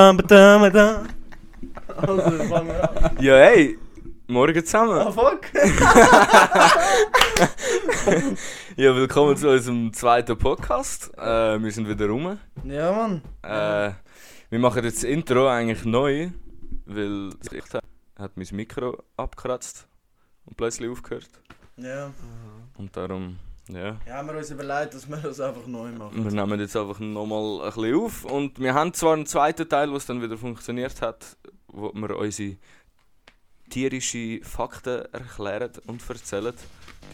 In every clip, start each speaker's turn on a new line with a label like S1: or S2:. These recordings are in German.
S1: Also, fangen wir an.
S2: Ja, hey, morgen zusammen.
S1: Ah, fuck.
S2: Ja, willkommen zu unserem zweiten Podcast. Äh, wir sind wieder rum.
S1: Ja, Mann.
S2: Äh, wir machen jetzt das Intro eigentlich neu, weil ich hat mein Mikro abgekratzt und plötzlich aufgehört.
S1: Ja.
S2: Und darum, ja.
S1: ja, haben wir uns überlegt, dass wir das einfach neu machen.
S2: Wir nehmen jetzt einfach nochmal ein bisschen auf und wir haben zwar einen zweiten Teil, wo es dann wieder funktioniert hat, wo wir unsere tierische Fakten erklären und erzählen,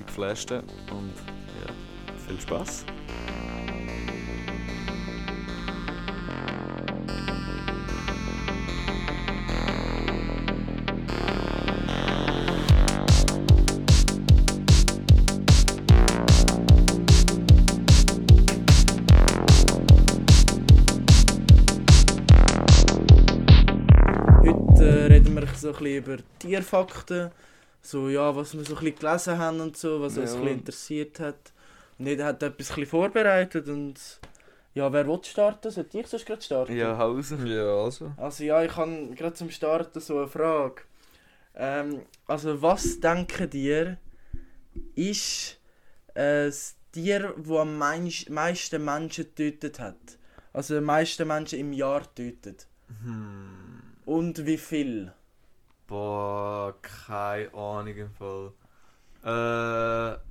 S2: die geflashten und ja, viel Spaß.
S1: Heute äh, reden wir so ein bisschen über Tierfakten. So, ja, was wir so ein bisschen gelesen haben und so, was uns
S2: Ja.
S1: ein bisschen interessiert hat. Und jeder hat etwas ein bisschen vorbereitet und... Ja, wer will starten? Sollte ich sonst gerade starten?
S2: Ja, Hausen.
S3: Ja, also.
S1: Also ja, ich habe gerade zum Starten so eine Frage. Ähm, also was denken dir ist äh, das Tier, das am meins- meisten Menschen getötet hat? Also am meisten Menschen im Jahr tötet.
S2: Hmm.
S3: Hm.
S1: Und wie viel?
S3: Boah, keine Ahnung im Fall. Äh.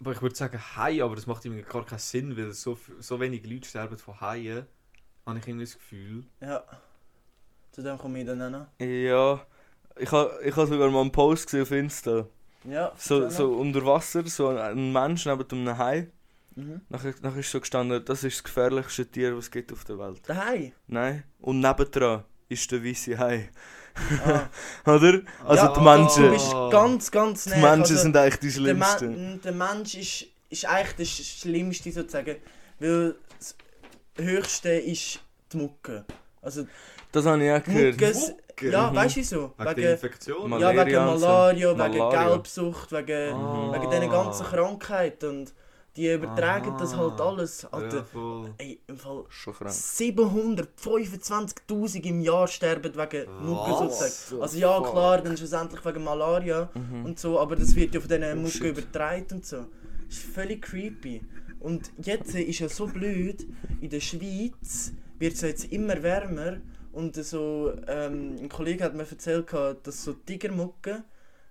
S3: Boah, ich würde sagen Hai, aber das macht irgendwie gar keinen Sinn, weil so, f- so wenig Leute sterben von Haien. Habe ich irgendwie das Gefühl.
S1: Ja. Zu dem komme ich dann noch.
S2: Ja, ich habe ich ha sogar mal einen Post gesehen auf Insta.
S1: Ja.
S2: So,
S1: dann
S2: so
S1: noch.
S2: unter Wasser, so ein- ein Mensch neben einem Hai.
S1: Mhm.
S2: Nachher, nachher ist so gestanden, das ist das gefährlichste Tier, was es gibt auf der Welt.
S1: Daheim?
S2: Nein. Und nebendran ist der weiße Hai.
S1: Ah.
S2: Oder? Also
S1: Ja, ah, Du
S2: die Menschen.
S1: bist ganz, ganz
S2: Die
S1: nah.
S2: Menschen
S1: Also-
S2: sind eigentlich die
S1: Der, Ma
S2: Schlimmsten.
S1: der Mensch ist, ist eigentlich das Sch- Schlimmste sozusagen, weil das Höchste ist die Mucke. Also die
S2: Das habe ich auch gehört.
S1: Mucke, s-
S3: Mucke?
S1: ja,
S2: Mhm.
S1: weißt du wieso?
S3: Wegen
S1: Wegen,
S3: der Infektion.
S2: Mal-
S1: ja, wegen
S2: Malaria und so.
S1: Malaria, wegen
S2: Malaria.
S1: Gelbsucht, wegen,
S2: Ah.
S1: wegen diesen ganzen Krankheiten und die übertragen das halt
S2: Ah.
S1: alles. Alter,
S3: Ja, voll.
S1: ey, im Fall
S2: Schon krank.
S1: 725.000 im Jahr sterben wegen Mucke
S3: Was?
S1: sozusagen. Also ja,
S2: Fuck.
S1: klar, dann schlussendlich wegen Malaria.
S2: Mhm.
S1: und so, aber das wird ja von diesen
S2: Oh,
S1: Mucken
S2: shit.
S1: übertragen und so. Ist völlig creepy. Und jetzt äh, ist ja so blöd, in der Schweiz wird es ja jetzt immer wärmer und äh, so, ähm, ein Kollege hat mir erzählt, gehabt, dass so Tigermucken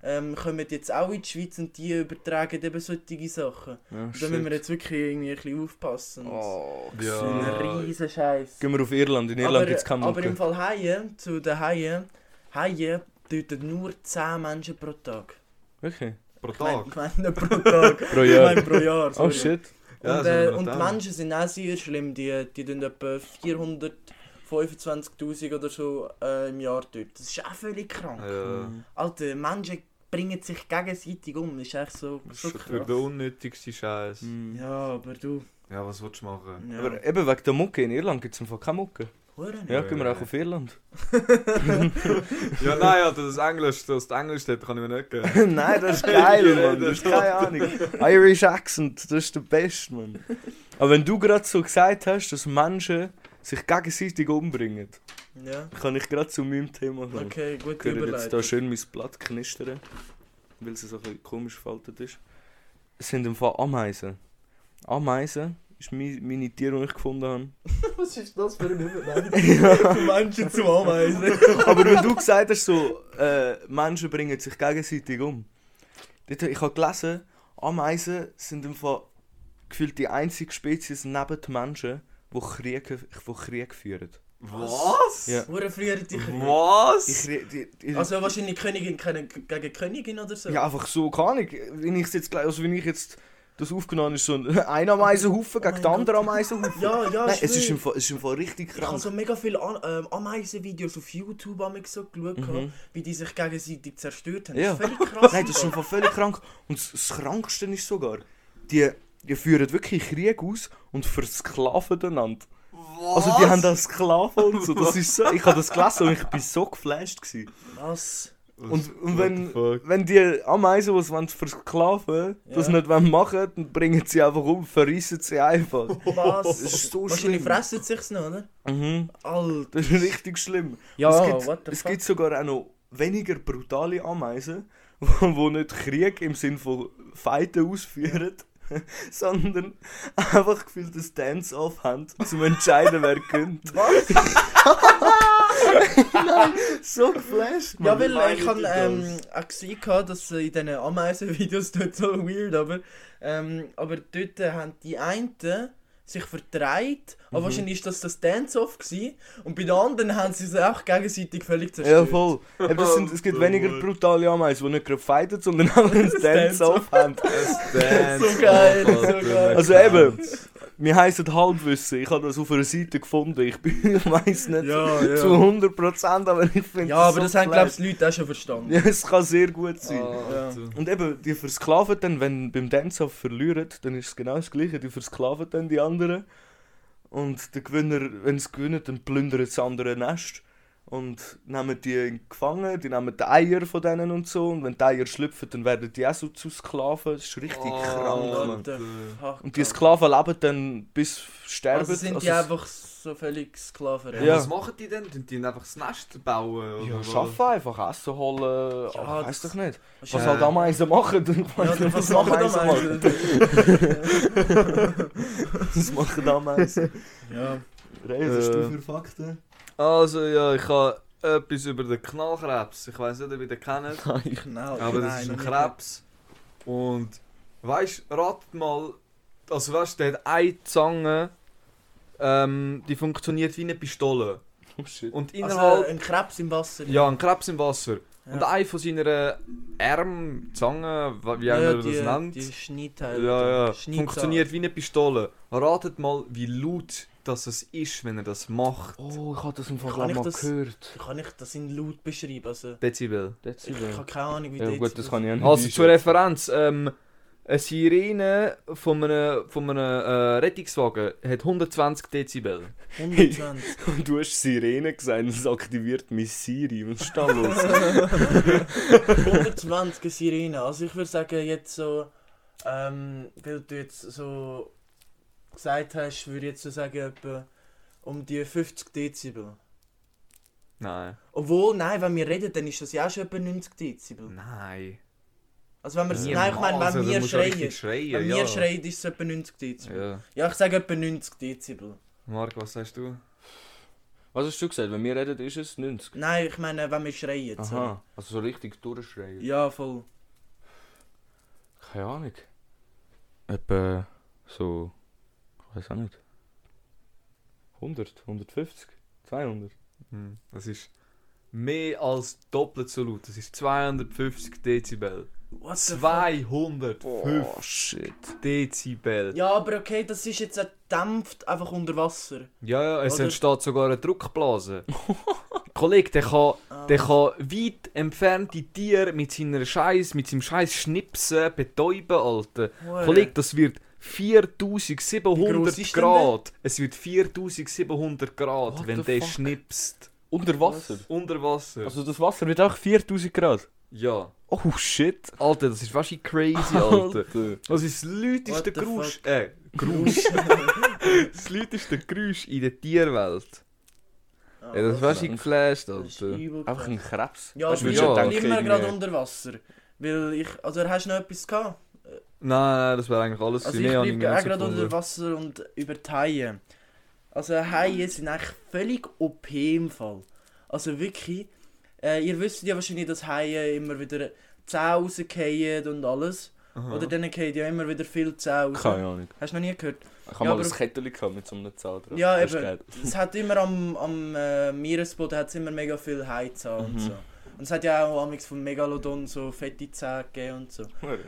S1: ähm, kommen jetzt auch in die Schweiz und die übertragen eben solche Sachen.
S2: Ja,
S1: Da müssen wir
S2: Oh, shit.
S1: jetzt wirklich irgendwie ein bisschen aufpassen.
S2: Oh,
S1: So
S2: ja.
S1: ein riesen Scheiß.
S2: Gehen wir auf Irland. In Irland gibt es keine
S1: aber im
S2: Mucke.
S1: Fall Haie, zu den Haien, Haie töten nur 10 Menschen pro Tag.
S2: Wirklich?
S3: Pro
S1: Nein,
S3: Tag.
S1: ich meine nicht pro Tag.
S2: Pro
S1: Ich
S2: Jahr.
S1: meine pro Jahr.
S2: Oh
S1: sorry.
S2: shit.
S3: Ja,
S1: und,
S3: das
S1: äh,
S3: haben wir
S1: und die
S3: gedacht.
S1: Menschen sind auch sehr schlimm. Die, die tun etwa 425.000 oder so äh, im Jahr dort. Das ist auch völlig krank.
S3: Ja.
S2: Hm.
S1: Alter, Menschen bringen sich gegenseitig um. Das ist echt so,
S3: Das
S1: so
S3: ist für
S1: krass.
S3: den unnötigsten Scheiß.
S2: Mhm.
S1: Ja, aber du.
S3: Ja, was willst du machen?
S1: Ja.
S2: Aber eben wegen der Mucke. In Irland gibt es im Fall keine Mucke.
S1: Hure nicht.
S2: Ja, gehen wir auch auf Irland.
S3: ja, nein, Alter, das Englisch, das Englisch dort kann ich mir nicht geben.
S2: Nein, das ist geil, Mann. Das ist keine Ahnung. Irish Accent, das ist der Beste, Mann. Aber wenn du gerade so gesagt hast, dass Menschen sich gegenseitig umbringen,
S1: Ja.
S2: kann ich gerade zu meinem Thema kommen.
S1: Okay, gut
S2: Ich höre jetzt da
S1: überlegt.
S2: schön mein Blatt knistern, weil es so ein bisschen komisch gefaltet ist. Es sind im Fall Ameisen. Ameisen ist mein, meine Tiere, die ich gefunden habe.
S1: Was ist das für ein Überleitung? Von Menschen zu Ameisen.
S2: Aber wenn du gesagt hast, so, äh, Menschen bringen sich gegenseitig um. Dort- Ich habe gelesen, Ameisen sind im Fall gefühlt die einzige Spezies neben den Menschen, die Krieg, die Krieg führen.
S3: Was?
S2: Ja.
S1: Hure früher die
S2: Die,
S3: Was?
S2: Krie- die, die,
S1: Also wahrscheinlich Königin keine- gegen Königin oder so.
S2: Ja, einfach so, keine Ahnung. Wenn ich jetzt, gleich- also wenn ich jetzt das aufgenommen habe, ist so ein, ein Ameisenhaufen
S1: Oh mein
S2: gegen den anderen Ameisenhaufen.
S1: ja, ja
S2: Nein, es
S1: schwör.
S2: ist, im Fall, es ist im Fall richtig
S1: Ich habe
S2: krank.
S1: so mega viele An ähm, Ameisenvideos auf YouTube hab ich so geschaut,
S2: Mhm.
S1: wie die sich gegenseitig zerstört haben.
S2: Ja.
S1: Das ist völlig krass.
S2: Nein, das ist im Fall völlig krank. Und das, das Krankste ist sogar, die, die führen wirklich Krieg aus und versklaven einander.
S3: Was?
S2: Also die haben da Sklaven und so. Das ist so ich habe das gelesen und ich war so geflasht. Gewesen.
S1: Was?
S2: Und, und
S3: What
S2: wenn,
S3: the fuck?
S2: wenn die Ameisen, die es wollen versklaven
S1: Ja.
S2: das nicht wollen machen dann bringen sie einfach um, verrissen sie einfach.
S1: Was?
S2: Das ist so
S1: Wahrscheinlich
S2: schlimm.
S1: fressen sie sich's noch, ne?
S2: Mhm.
S1: Alter.
S2: Das ist richtig schlimm.
S1: Ja,
S2: es
S1: what
S2: gibt,
S1: the
S2: es
S1: fuck?
S2: gibt sogar auch noch weniger brutale Ameisen, wo, wo nicht Krieg im Sinn von Feiten ausführen, sondern einfach gefühlt ein Dance-Off haben, zum entscheiden, wer gönnt.
S1: Was?
S2: So geflasht,
S1: Ja,
S2: man.
S1: weil äh, ich habe
S3: leidet
S1: ähm, auch gesehen, gehabt, dass äh, in diesen Ameisenvideos dort so weird, aber, ähm, aber dort äh, haben die einen sich vertreibt, aber wahrscheinlich war das das Dance-Off gewesen. und bei den anderen haben sie sich auch gegenseitig völlig
S2: Ja,
S1: zerstört.
S2: voll. Eben, das sind, es gibt
S3: Oh,
S2: weniger
S3: Mann.
S2: brutale Ameisen, die nicht gerade fighten, sondern einfach ein Dance-Off haben.
S3: Dance.
S1: So geil,
S3: Oh,
S1: so
S3: Gott,
S1: geil.
S2: Also
S3: Mensch.
S2: eben, wir heissen Halbwissen. Ich habe das auf einer Seite gefunden. Ich, bin, ich weiss nicht
S1: Ja, ja.
S2: zu 100%, aber ich finde
S1: Ja, aber
S2: so Ah.
S1: das haben,
S2: geflasht.
S1: glaube ich, die Leute auch schon verstanden.
S2: Ja, es kann sehr gut
S3: Also
S2: sein.
S1: Ja.
S3: Alter.
S2: Und eben, die versklaven dann, wenn beim Dance-Off verlieren, dann ist es genau das Gleiche. Die versklaven dann die anderen. Und der Gewinner, wenn sie gewinnen, dann plündern sie das andere Nest. Und nehmen die in Gefangen, die nehmen die Eier von denen und so. Und wenn die Eier schlüpfen, dann werden die auch so zu Sklaven. Das ist richtig krank, Mann.
S1: What the fuck,
S2: Und die
S1: Alter.
S2: Sklaven leben dann bis sterben.
S1: also sind die
S2: es-
S1: einfach so völlig Sklaven.
S3: Ja,
S2: Ja.
S3: Was machen die denn? Tun die einfach das Nest bauen?
S2: ja,
S3: was?
S2: arbeiten einfach, Essen holen,
S1: Ja,
S2: ja, weiß
S1: das-
S2: doch nicht.
S1: Was
S2: Was
S3: Ja.
S2: halt Ameisen machen. Ich weiss
S1: Ja,
S2: nicht,
S1: was machen die Ameisen?
S2: Was machen Ameisen?
S1: Ja.
S2: Reden,
S3: Äh.
S2: für Fakten?
S3: Also ja, ich habe etwas über den Knallkrebs. Ich weiß nicht, ob ihr den kennt,
S2: Nein.
S1: Genau.
S3: aber das
S1: Nein,
S3: ist ein
S1: noch nicht.
S3: Krebs. Und weißt du, rat mal, also weißt du, der hat eine Zange, ähm, die funktioniert wie eine Pistole.
S2: Oh shit.
S3: Und
S1: Also
S3: innerhalb.
S1: ein Krebs im Wasser.
S3: ja, ein Krebs im Wasser.
S1: Ja.
S3: Und eine von seiner Arm, Zange, wa- wie auch
S1: ja,
S3: immer man das nennt.
S1: Die Schneidteile.
S3: Ja, ja.
S1: Schneidsaal.
S3: Funktioniert wie eine Pistole. Ratet mal, wie laut das es ist, wenn er das macht.
S2: Oh, ich habe das im
S1: Kann
S2: Fall
S1: ich
S2: mal
S1: das-
S2: gehört.
S1: Kann ich das in laut beschreiben? Also,
S3: Dezibel.
S1: ich, habe keine Ahnung, wie
S2: Ja
S1: die
S2: gut, das kann ich auch nicht
S3: Also zur
S2: einschätzen.
S3: Referenz, ähm, eine Sirene von einem, von einem äh, Rettungswagen hat 120 Dezibel.
S1: 120.
S2: Und du hast Sirene gesagt, das aktiviert mein Siri. Was ist da los?
S1: 120 eine Sirene. Also ich würde sagen, jetzt so. Ähm, weil du jetzt so gesagt hast, würde ich jetzt so sagen, etwa um die 50 Dezibel.
S3: Nein.
S1: Obwohl, nein, wenn wir reden, dann ist das ja auch schon etwa 90 Dezibel.
S3: Nein.
S1: Also wenn wir
S3: Niemals,
S1: Hm. Nein, ich meine,
S3: also,
S1: wenn
S3: da
S1: wir
S3: musst du auch
S1: schreien.
S3: richtig schreien.
S1: Wenn
S3: ja.
S1: wir schreien, ist es etwa 90 Dezibel.
S3: Ja.
S1: Ja, ich sage etwa 90 Dezibel.
S3: Marc, was sagst du?
S2: Was hast du gesagt? Wenn wir reden, ist es 90.
S1: Nein, ich meine, wenn wir schreien. So.
S2: Aha, also so richtig durchschreien.
S1: Ja, voll.
S2: Keine Ahnung. Etwa so. Ich weiß auch nicht. 100, 150, 200.
S3: Hm, Das ist mehr als doppelt so laut. Das ist 250 Dezibel.
S1: What the fuck?
S3: 250
S2: shit.
S3: Dezibel.
S1: Ja, aber okay, das ist jetzt ein dämpft einfach unter Wasser.
S3: Ja, ja, es
S1: Oder-
S3: entsteht sogar eine Druckblase. Kollege, der kann,
S1: Ah.
S3: der kann weit entfernte Tiere mit, seiner Scheiß, mit seinem Scheiß Schnipsen betäuben, Alter.
S1: Hure.
S3: Kollege, das wird
S1: Oh Wie gross
S3: 4700
S1: ist denn
S3: Grad. Es wird 4700 Grad,
S2: What
S3: wenn
S2: the
S3: der
S2: fuck?
S3: schnipst.
S2: Unter Wasser?
S3: Unter Wasser.
S2: Also das Wasser wird auch 4000 Grad.
S3: ja.
S2: Oh shit.
S3: Alter, das ist wahrscheinlich crazy, Alter. Das ist das
S1: What the
S3: lauteste Geräusch.
S1: fuck?
S3: Äh, Geräusch. das lauteste Geräusch in der Tierwelt.
S1: Ah,
S3: Ja,
S1: was?
S3: das war ich geflasht,
S1: Das ist
S3: Alter.
S1: übel
S2: Einfach ein
S1: krass.
S2: Krebs.
S1: Ja,
S2: Weißt
S1: aber
S2: du,
S1: ich
S2: würdest
S3: ja.
S2: ja
S1: bin
S2: denken,
S1: immer gerade
S2: irgendwie-
S1: unter Wasser. Weil ich, also hast du noch etwas gehabt?
S3: Nein, nein, das wäre eigentlich alles.
S1: Also ich
S3: gewesen. Mehr habe
S1: bleibe auch
S3: nicht
S1: gerade unter
S3: gefunden.
S1: Wasser und über die Haie. Also Haie sind eigentlich völlig OP im Fall. Also wirklich, äh, ihr wisst ja wahrscheinlich, dass Haie immer wieder Zähne rausfallen und alles.
S3: Aha.
S1: Oder denen fallen ja immer wieder viel Zähne raus.
S2: Keine Ahnung.
S1: Hast du noch nie gehört?
S2: Ich
S1: Ja,
S2: habe mal
S1: aber-
S2: ein Kettchen gehabt mit so einem Zahl drauf.
S1: Ja,
S2: Das ist
S1: eben.
S2: geil.
S1: Es hat immer am, am äh, Meeresboden hat's immer mega viel Haizahn und
S2: Mhm.
S1: so. Und es hat ja auch amigs von Megalodon so fette Zähne gegeben und so.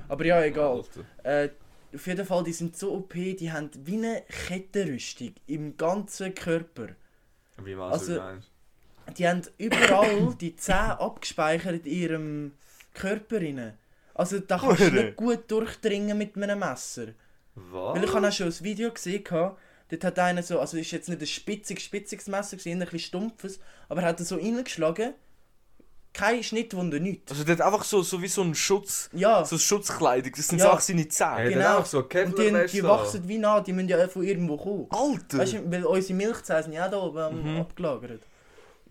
S1: Aber ja, egal.
S2: Alter.
S1: Äh, auf jeden Fall, die sind so OP, die haben wie eine Kettenrüstung im ganzen Körper.
S3: Wie
S1: Also-
S2: nou
S3: meinst also,
S1: Die haben überall die Zähne abgespeichert in ihrem Körper. Rein. Also da kannst du
S2: Hure.
S1: nicht gut durchdringen mit einem Messer. Weil ich
S2: Ah.
S3: Was?
S1: habe auch schon ein Video gesehen, gehabt, dort hat einer so, also ist jetzt nicht ein spitziges, spitziges Messer, gewesen, eher ein bisschen stumpfes, aber hat er so reingeschlagen Kein Schnittwunde, nichts.
S2: Also der hat einfach so, so wie so ein Schutz,
S1: Ja,
S2: so eine Schutzkleidung, das sind
S1: Ja.
S2: so einfach seine Zähne.
S3: Hey,
S1: genau.
S3: genau. auch so
S1: und die,
S3: Kevlar-Mesh
S1: die
S3: an.
S1: wachsen wie nah, die müssen ja von irgendwo kommen.
S2: Alter!
S1: Weißt du, weil unsere Milchzähne sind ja auch da oben am-
S2: Mhm.
S1: abgelagert.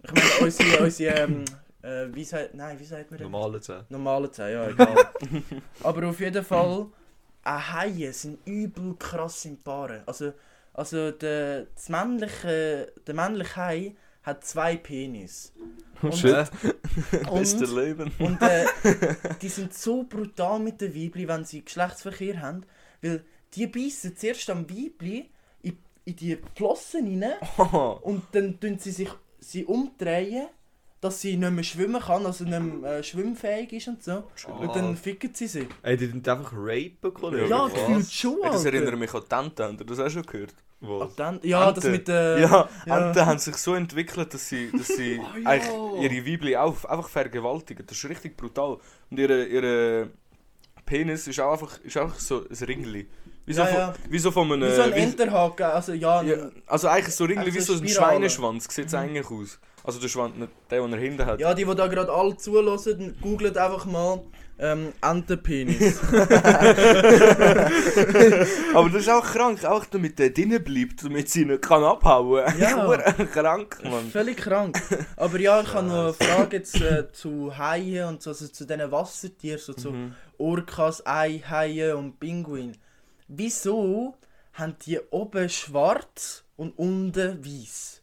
S1: Ich meine, unsere, unsere ähm, äh, wie sagt, nein, wie sagt man das?
S3: Normale Zähne.
S1: Normale Zähne, ja, egal. Aber auf jeden Fall, auch Haie sind übel krass im Paaren. Also, also der, das männliche, der männliche Hai hat zwei Penis. Und,
S3: Oh, Shit.
S2: Beste
S1: und,
S2: Leben.
S1: und äh, die sind so brutal mit den Weibli, wenn sie Geschlechtsverkehr haben, weil die beißen zuerst am Weibli in, in die Flossen rein
S2: Oh,
S1: und dann tun sie sich sie umdrehen, dass sie nicht mehr schwimmen kann, also nicht mehr äh, schwimmfähig ist und so. Und dann ficken sie sie.
S3: Ey, die sind einfach rapen, Kollege.
S1: Ja,
S2: was?
S1: gefühlt schon.
S2: Ey, das
S1: Alter.
S2: erinnert mich an Tante, habt ihr das auch schon gehört?
S3: Was?
S1: Dann, ja, das
S2: Enten.
S1: mit äh, der.
S2: ja,
S1: ja.
S2: Enten haben sich so entwickelt, dass sie, dass sie
S3: Oh ja.
S2: eigentlich ihre Weibli auch einfach vergewaltigen. Das ist richtig brutal. Und ihre, ihre Penis ist auch einfach, ist einfach so ein Ringli. Wie so,
S1: Ja,
S2: von,
S1: ja.
S2: Wie so von einem...
S1: Wie so ein
S2: äh, wie-
S1: Enterhaken, also ja,
S2: ja,
S1: ja,
S2: also eigentlich so Ringli
S1: Also
S2: wie so ein
S1: Spirale.
S2: Schweineschwanz sieht es
S1: Mhm.
S2: eigentlich aus. Also der Schwanz, nicht der, den er hinten hat.
S1: die, die da gerade alle zulassen, googelt einfach mal ähm, Entenpenis.
S2: Aber das ist auch krank, auch damit der drinnen bleibt, damit sie ihn nicht kann abhauen kann.
S1: Ja.
S2: krank, Mann.
S1: Völlig krank. Aber ja, ich habe noch eine Frage jetzt, äh, zu Haien und so, also zu diesen Wassertieren, so zu Orcas, Eihaien und Pinguin. Wieso haben die oben schwarz und unten weiß?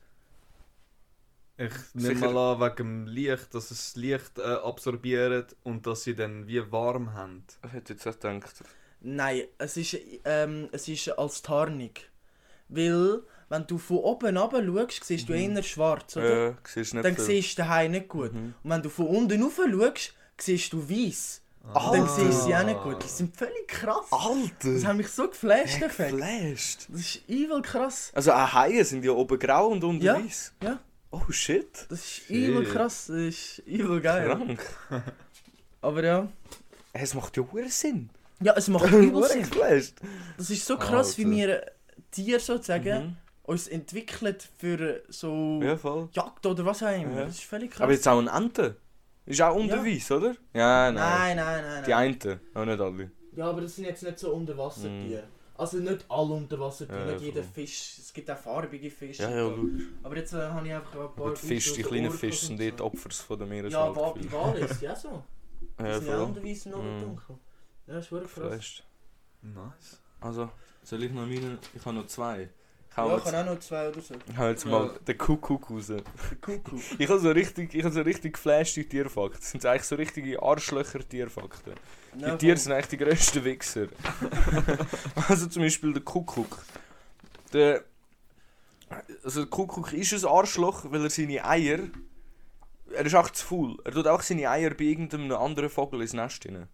S3: Ich nehme
S2: Sicher.
S3: mal an, wegen dem Licht, dass es das Licht äh, absorbiert und dass sie dann wie warm haben.
S2: Ich hätte jetzt auch gedacht.
S1: Nein, es ist, ähm, es ist als Tarnung. Weil, wenn du von oben runter schaust, siehst du eher schwarz, oder?
S2: Äh, siehst nicht
S1: dann
S2: viel.
S1: siehst du den Hai nicht gut. Und wenn du von unten rauf schaust, siehst du weiß.
S3: Ah.
S1: Dann siehst du sie auch nicht gut. Die sind völlig krass. Das
S2: Alter!
S1: hat mich so geflasht, der Effekt.
S2: Geflasht!
S1: Das ist evil krass.
S2: Also auch Haie sind ja oben grau und unten
S1: Ja.
S2: weiß.
S1: Ja,
S2: Oh shit!
S1: das ist evil
S3: Shit.
S1: krass. Das ist evil geil.
S2: Krank!
S1: Aber ja.
S2: Hey, Es macht ja auch Sinn.
S1: Ja, es macht übel
S2: Hure
S1: Sinn.
S2: geflasht.
S1: Das ist so krass, wie
S3: Alter.
S1: wir Tiere sozusagen
S2: Mhm.
S1: uns entwickelt für so
S2: Ja, voll.
S1: Jagd oder was auch immer.
S2: Ja.
S1: Das ist völlig krass.
S2: Aber jetzt auch eine Ente. Ist auch unten
S1: Ja.
S2: weiß, oder? Ja, nein.
S1: nein, nein, nein.
S2: Die
S1: nein.
S2: Ente, auch nicht alle.
S1: Ja, aber das sind jetzt nicht so Unterwassertiere. Also nicht alle Unterwassertiere,
S2: Mhm. Ja,
S1: nicht jeder
S2: voll.
S1: Fisch. Es gibt auch farbige Fische.
S2: Ja, ja,
S1: und so.
S2: logisch.
S1: Aber jetzt äh, habe ich einfach ein paar
S2: Aber die Fische, die
S1: Beispiele,
S2: kleinen
S1: Orcas
S2: Fische
S1: und
S2: sind dort
S1: so.
S2: Opfers von der
S1: Ja,
S2: Meereswelt.
S1: aber bei Wallis, ja so. Die
S2: Ja,
S1: sind ja
S2: voll.
S1: unterweise noch
S2: Mhm.
S1: dunkel. Ja, ist wirklich krass.
S2: Geflasht.
S3: Nice.
S2: Also, soll ich noch meinen? Ich habe noch zwei. Ich hau
S1: Ja, ich
S2: jetzt,
S1: kann auch noch zwei oder so.
S2: ich hau jetzt mal den Kuckuck raus.
S1: Der Kuckuck.
S2: Ich habe so richtig, ich habe so richtig geflashte Tierfakten. Das sind eigentlich so richtige Arschlöcher-Tierfakten. Die
S1: Ja,
S2: Tiere
S1: voll.
S2: sind eigentlich die grössten Wichser. also zum Beispiel der Kuckuck. Der, also der Kuckuck ist ein Arschloch, weil er seine Eier. Er ist auch zu faul. Er tut auch seine Eier bei irgendeinem anderen Vogel ins Nest hinein.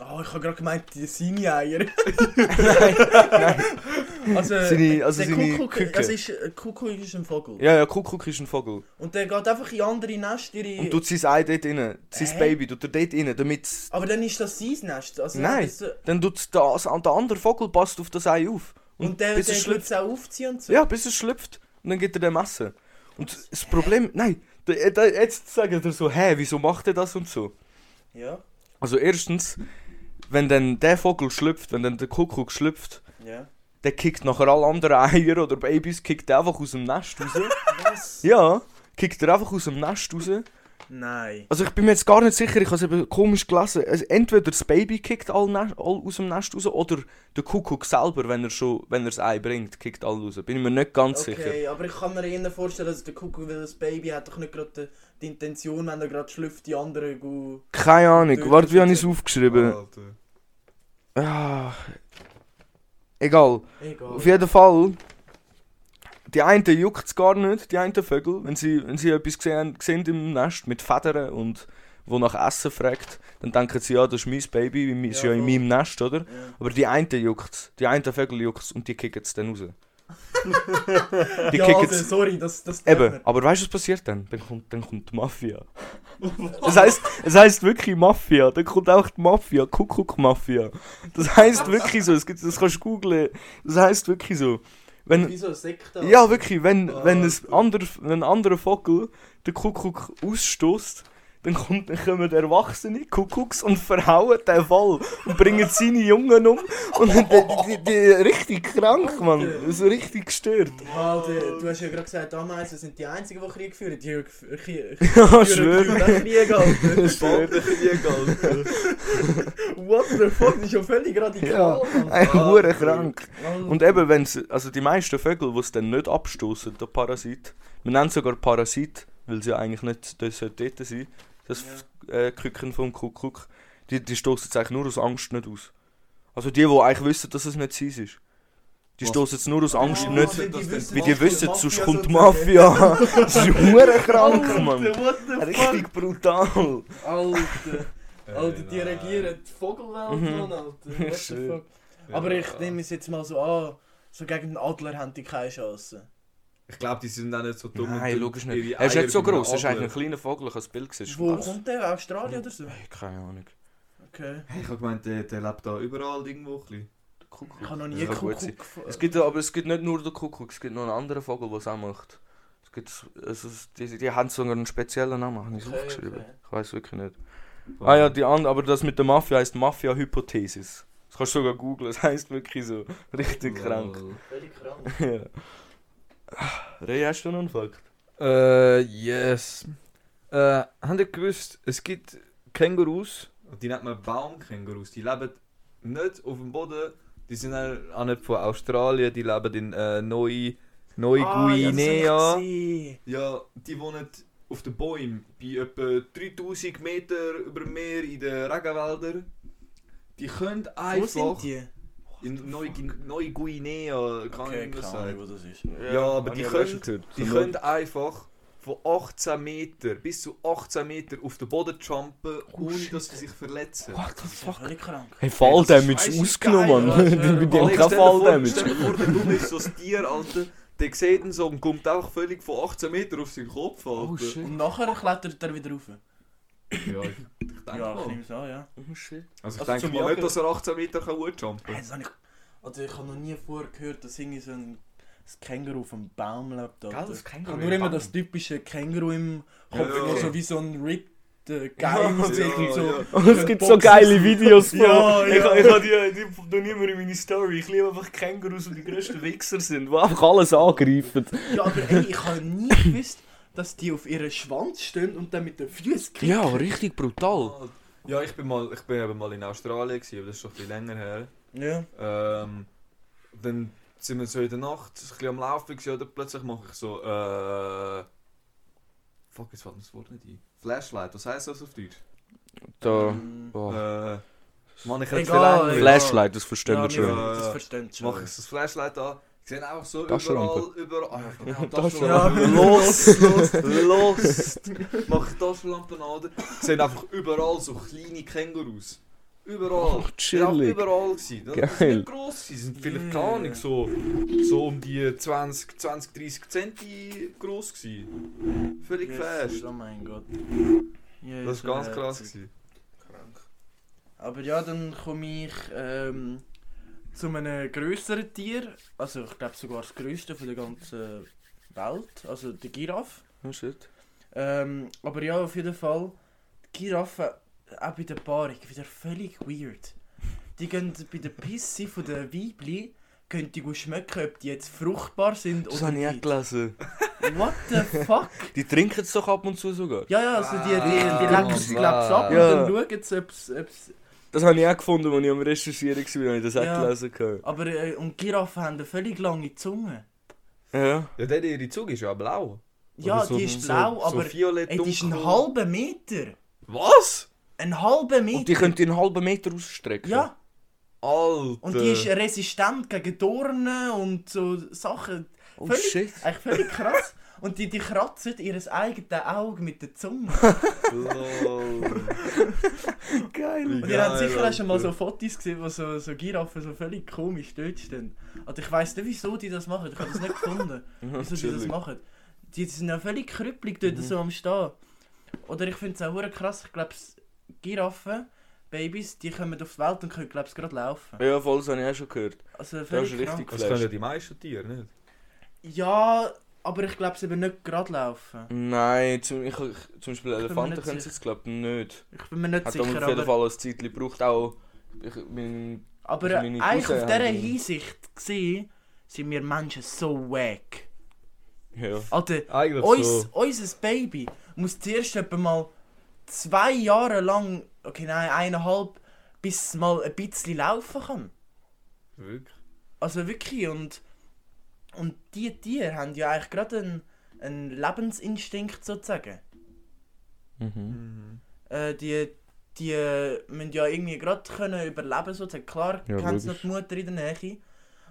S1: Oh, ich habe gerade gemeint, die seine Eier.
S2: Nein,
S1: Also,
S2: seine, also
S1: der
S2: seine
S1: Kuckuck,
S2: Küken.
S1: das ist, äh, Kuckuck ist ein Vogel.
S2: Ja, ja, Kuckuck ist ein Vogel.
S1: Und der geht einfach in andere Nester.
S2: Und tut sein Ei dort rein. Sein
S1: Hä?
S2: Baby tut er dort rein, damit...
S1: Aber dann ist das sein Nest. Also,
S2: Nein.
S1: Das, äh,
S2: Dann tut das, der andere Vogel passt auf das Ei auf.
S1: und, der,
S2: bis
S1: der
S2: es
S1: wird
S2: schlüpft.
S1: es auch aufziehen und so.
S2: Ja, bis es schlüpft. Und dann gibt er dem Essen. Und das Problem... Nein, da- äh, da- jetzt sagen er so, hä, wieso macht er das und so.
S1: Ja,
S2: Also erstens, wenn dann der Vogel schlüpft, wenn dann der Kuckuck schlüpft,
S1: ja.
S2: der kickt nachher alle anderen Eier oder Babys, kickt er einfach aus dem Nest raus.
S1: Was?
S2: ja, kickt er einfach aus dem Nest raus.
S1: Nein.
S2: Also ich bin mir jetzt gar nicht sicher, ich habe es eben komisch gelesen. Also entweder das Baby kickt all, Nest, all aus dem Nest raus oder der Kuckuck selber, wenn er schon, wenn er das Ei bringt, kickt all raus. Bin ich mir nicht ganz sicher.
S1: Okay, aber ich kann mir eher vorstellen, dass der Kuckuck, weil das Baby hat doch nicht gerade die, die Intention, wenn er gerade schlüpft, die anderen gut.
S2: Keine Ahnung,
S1: Dort
S2: warte, wie habe ich es
S1: ist
S2: aufgeschrieben?
S3: Alter.
S2: Ah. Egal,
S1: Egal.
S2: auf jeden Fall. Die einen juckt es gar nicht, die einen Vögel, wenn sie, wenn sie etwas sehen, sehen im Nest mit Federn und wo nach Essen fragt, dann denken sie, ja, das ist mein Baby, ist
S1: Ja,
S2: ja in
S1: voll.
S2: meinem Nest, oder?
S1: Ja.
S2: Aber die einen juckt's, die einen Vögel juckt's und die kicken es dann raus. die
S1: ja,
S2: kicken's.
S1: also, sorry, das, das
S2: Eben, aber weißt du, was passiert dann? Dann kommt, dann kommt die Mafia. Das heißt, es heißt wirklich Mafia. Dann kommt auch die Mafia, Kuckuck-Mafia. Das heißt wirklich so, es gibt, das kannst du googlen. Das heißt wirklich so. Wenn,
S1: Wie so eine Sekte.
S2: ja, wirklich, wenn, wenn,
S1: Ah,
S2: ein ander, wenn ein anderer Vogel den Kuckuck ausstößt, dann, kommt, dann kommen Erwachsene, Kuckucks und verhauen den Fall und bringen seine Jungen um. Und die, die, die, die richtig krank, Mann. So richtig gestört.
S1: Alter, Halt, äh, du hast ja gerade gesagt, Ameisen sind die einzigen, die Krieg führen. Die führen Krieg,
S2: Ja,
S1: Krieg, Alter.
S2: schwör.
S3: Krieg, Alter.
S1: What the fuck, das ist ja völlig radikal, Mann.
S2: Ey, hure krank.
S1: Alter.
S2: Und eben, wenn's, also die meisten Vögel, die es dann nicht abstoßen, der Parasit, wir nennen es sogar Parasit, weil sie ja eigentlich nicht das sollte dort sein, das äh, Küken vom Kuckuck, die, die stoßen es eigentlich nur aus Angst nicht aus. Also die, die eigentlich wissen, dass es nicht sie ist. Die
S3: Was?
S2: stoßen es nur aus Angst
S1: Ja,
S2: nicht,
S1: weil die wissen,
S2: weil die
S1: was
S2: wissen,
S1: die
S2: sonst
S1: Mafia
S2: kommt die
S1: so treibt.
S2: Mafia. das ist hure krank, Mann.
S1: Alter, what the fuck?
S2: Richtig brutal.
S1: Alter. Alter, die
S3: nein.
S1: regieren die Vogelwelt,
S2: Mhm.
S1: Mann, Alter. What the
S2: Schön.
S1: fuck? Aber ich nehme es jetzt mal so an, so gegen den Adler haben die keine Chance.
S3: Ich glaube, die sind auch nicht so dumm.
S2: Nein,
S3: tun
S2: logisch
S3: ihre
S2: nicht. Er ist
S3: Eier
S2: nicht so
S3: bei einem
S2: groß, er ist
S3: Adler.
S2: eigentlich ein kleiner Vogel, ich habe das Bild gesehen. ist
S1: Wo
S2: krass.
S1: kommt der? Australien oder so?
S2: Ey, Keine Ahnung.
S1: Okay.
S3: Hey, ich habe gemeint, der, der lebt da überall irgendwo. ein bisschen.
S1: Ich habe noch nie
S2: Ja, gut
S1: Kuckuck
S2: sein.
S1: gefunden.
S2: Es gibt, aber es gibt nicht nur den Kuckuck, es gibt noch einen anderen Vogel, der es auch macht. Es gibt, also, es- die, die haben sogar einen speziellen Namen, habe ich
S1: Okay,
S2: aufgeschrieben.
S1: okay.
S2: Ich weiß wirklich nicht. Ah ja, die andere, aber das mit der Mafia heißt Mafia-Hypothesis. Das kannst du sogar googeln, das heißt wirklich so. Richtig krank.
S1: Völlig krank.
S2: Ja. Ray, hast du noch einen Fakt?
S3: Äh, yes. Äh, habt ihr gewusst, es gibt Kängurus, die nennt man Baumkängurus, die leben nicht auf dem Boden, die sind auch auch nicht von Australien, die leben in äh, Neu Neuguinea.
S1: Ah, ja,
S3: ja, die wohnen auf den Bäumen, bei etwa 3000 eh, Meter über dem Meer in den Regenwäldern. Die können
S1: das hab ich gesehen. Wo sind
S3: einfach
S1: die?
S3: in Neugu- Neuguinea, kann
S1: Okay,
S3: ich nicht
S1: keine
S3: sagen.
S1: Ahnung, wo das ist.
S3: Ja, aber die können- Die
S2: So
S3: können einfach von 18 Meter bis zu 18 Meter auf den Boden jumpen,
S2: Oh,
S3: ohne
S2: shit.
S3: dass sie sich verletzen.
S2: What the
S1: Das ist ja
S2: fuck?
S1: völlig krank.
S2: Hey, Falldamage
S3: Scheisse
S2: ausgenommen, Mann.
S1: geil,
S2: Die
S1: Alter.
S2: die haben
S3: Alex,
S2: kein
S3: stell dir vor-
S2: Falldamage.
S3: Stell dir vor, der Dumme ist so ein Tier, Alter. Der sieht ihn so und kommt einfach völlig von 18 Meter auf seinen Kopf, Alter.
S2: Oh shit.
S1: Und nachher klettert er wieder rauf.
S3: Ja, ich, ich denke
S1: Ja, ich
S3: mal.
S1: nehme es an, ja.
S2: Oh shit.
S3: Also ich
S2: Also
S3: denke
S2: zum
S3: mal
S2: Jagen.
S3: nicht, dass er 18 Meter kann gut jumpen
S1: Hey, das hab ich, also ich habe noch nie vorher gehört, dass irgendwie so ein, ein Känguru auf einem Baum lebt. Alter.
S2: das Känguru
S1: ich habe
S2: im
S1: nur immer
S2: Baum.
S1: das typische Känguru im
S3: Ja,
S1: Kopf,
S3: okay.
S1: wo so wie so ein Rick äh, Geil
S2: Ja,
S1: und so.
S3: ja.
S2: Oh, es gibt so geile Videos von.
S1: Ja,
S2: Ich,
S1: ja.
S2: ich habe die, die noch nie mehr in meine Story. Ich liebe einfach Kängurus, die die grössten Wichser sind, die einfach alles angreifen.
S1: Ja, aber ey, ich habe nie gewusst, dass die auf ihren Schwanz stehen und dann mit den Füßen kicken.
S2: richtig brutal.
S3: Ja, ich bin mal, ich bin eben mal in Australien, gewesen, aber das ist schon viel länger her.
S1: Ja.
S3: Ähm, dann sind wir so in der Nacht ein bisschen am Laufen gewesen, oder plötzlich mache ich so, äh... Fuck, jetzt fällt mir das Wort nicht ein. Flashlight, was heisst das auf Deutsch?
S2: Da.
S1: Ähm,
S2: Oh.
S3: Äh... Mann, ich hätte
S1: Egal,
S2: eh,
S3: viel länger.
S1: egal.
S2: Flashlight, das verstehen
S1: ja,
S2: wir schon.
S1: wir- Das versteht schon.
S3: Mache ich das Flashlight an, ich sehe einfach so
S2: Taschenlampe.
S3: überall, überall... Ah, ja, genau,
S1: Ja,
S3: Taschenlampe.
S1: los, los.
S3: Lost! Mach ich Taschenlampe an, oder? Ich sehe einfach überall so kleine Kängurus. Überall.
S2: Ach,
S3: Die sind auch
S2: chillig.
S3: überall gewesen. Das das
S2: Geil.
S3: sind nicht gross, die sind vielleicht keine
S1: Yeah.
S3: Ahnung, so, so um die 20, 20, 30 Centi gross gewesen. Völlig fest.
S1: Oh mein Gott.
S3: Das
S1: Jesus,
S3: war ganz
S1: äh,
S3: krass. Gewesen.
S1: Aber ja, dann komme ich ähm, zu einem größeren Tier. Also ich glaube sogar das größte von der ganzen Welt. Also der Giraffe.
S2: Oh shit.
S1: Ähm, aber ja, auf jeden Fall. Die Giraffen, auch bei der Paarung, wieder völlig weird. Die gehen bei der Pisse von der Weibli gehen die gut schmecken, ob die jetzt fruchtbar sind
S2: Das
S1: oder
S2: habe ich auch
S1: nicht.
S2: gelesen.
S1: What the fuck?
S2: Die trinken es doch ab und zu sogar.
S1: Ja, ja, also die, die, die
S3: Ah,
S1: lecken sie glaub's ab
S2: genau. ja.
S1: und dann schauen sie, ob's, ob's
S2: Das habe ich auch gefunden, als ich am Recherchieren war, habe ich das auch
S1: Ja.
S2: gelesen. gehabt.
S1: Aber äh, und Giraffen haben eine völlig lange Zunge.
S2: Ja.
S3: Ja, der, ihre Zug ist ja blau.
S1: Ja,
S2: Oder so-
S1: die ist
S2: so-
S1: blau, aber
S3: so violett
S1: ey, die ist einen
S3: dunkel.
S1: halben Meter.
S3: Was?
S1: Einen halben
S2: Und die
S1: Meter.
S2: können einen halben Meter ausstrecken.
S1: ja,
S3: Alter.
S1: und
S2: Äh.
S1: die ist resistent gegen Dornen und so Sachen.
S2: Oh
S1: Völlig-
S2: shit.
S1: Eigentlich völlig krass. und die, die kratzen ihr eigenes Auge mit der Zunge.
S3: Lol.
S2: Geil.
S1: Und ihr habt
S3: Geil,
S1: sicher auch schon mal
S3: Alter.
S1: so Fotos gesehen, wo so, so Giraffen so völlig komisch dort stehen. Also ich weiss nicht, wieso die das machen. Ich habe das nicht gefunden, wieso die das
S2: chillig. Mhm.
S1: machen. Die sind ja völlig krüppelig dort so am Stehen. Oder ich finde es auch hure krass, ich glaube, Giraffen, Babys, die kommen auf die Welt und können, glaube ich, gerade laufen.
S2: Ja, voll, das habe ich auch schon gehört.
S1: Also
S2: Das
S1: völlig
S2: ist richtig
S1: krank.
S3: Das können ja
S2: geflasht.
S3: die meisten Tiere nicht.
S1: Ja, Aber ich glaube, sie eben nicht gerade laufen.
S2: Nein, zum, ich, ich- zum Beispiel
S1: mir
S2: Elefanten
S1: nicht
S2: können sie es glaube ich nicht.
S1: Ich bin mir nicht
S2: Hat
S1: sicher,
S2: aber auf jeden
S1: aber,
S2: Fall ein Zeitchen gebraucht, auch... Ich, mein,
S1: aber
S2: also meine
S1: eigentlich
S2: Cousin
S1: auf dieser
S2: haben-
S1: Hinsicht gesehen, sind wir Menschen so wack.
S2: ja.
S1: Alter,
S3: Eigentlich
S1: Uns,
S3: so.
S1: unser Baby muss zuerst etwa mal zwei Jahre lang, okay, nein, eineinhalb, bis es mal ein bisschen laufen kann.
S3: Wirklich?
S1: Also wirklich, und, und die Tiere haben ja eigentlich gerade einen, einen Lebensinstinkt sozusagen.
S2: Mhm.
S1: Äh, die, die müssen ja irgendwie gerade können überleben sozusagen. Klar
S2: Ja,
S1: haben sie noch
S2: logisch.
S1: die Mutter in der Nähe,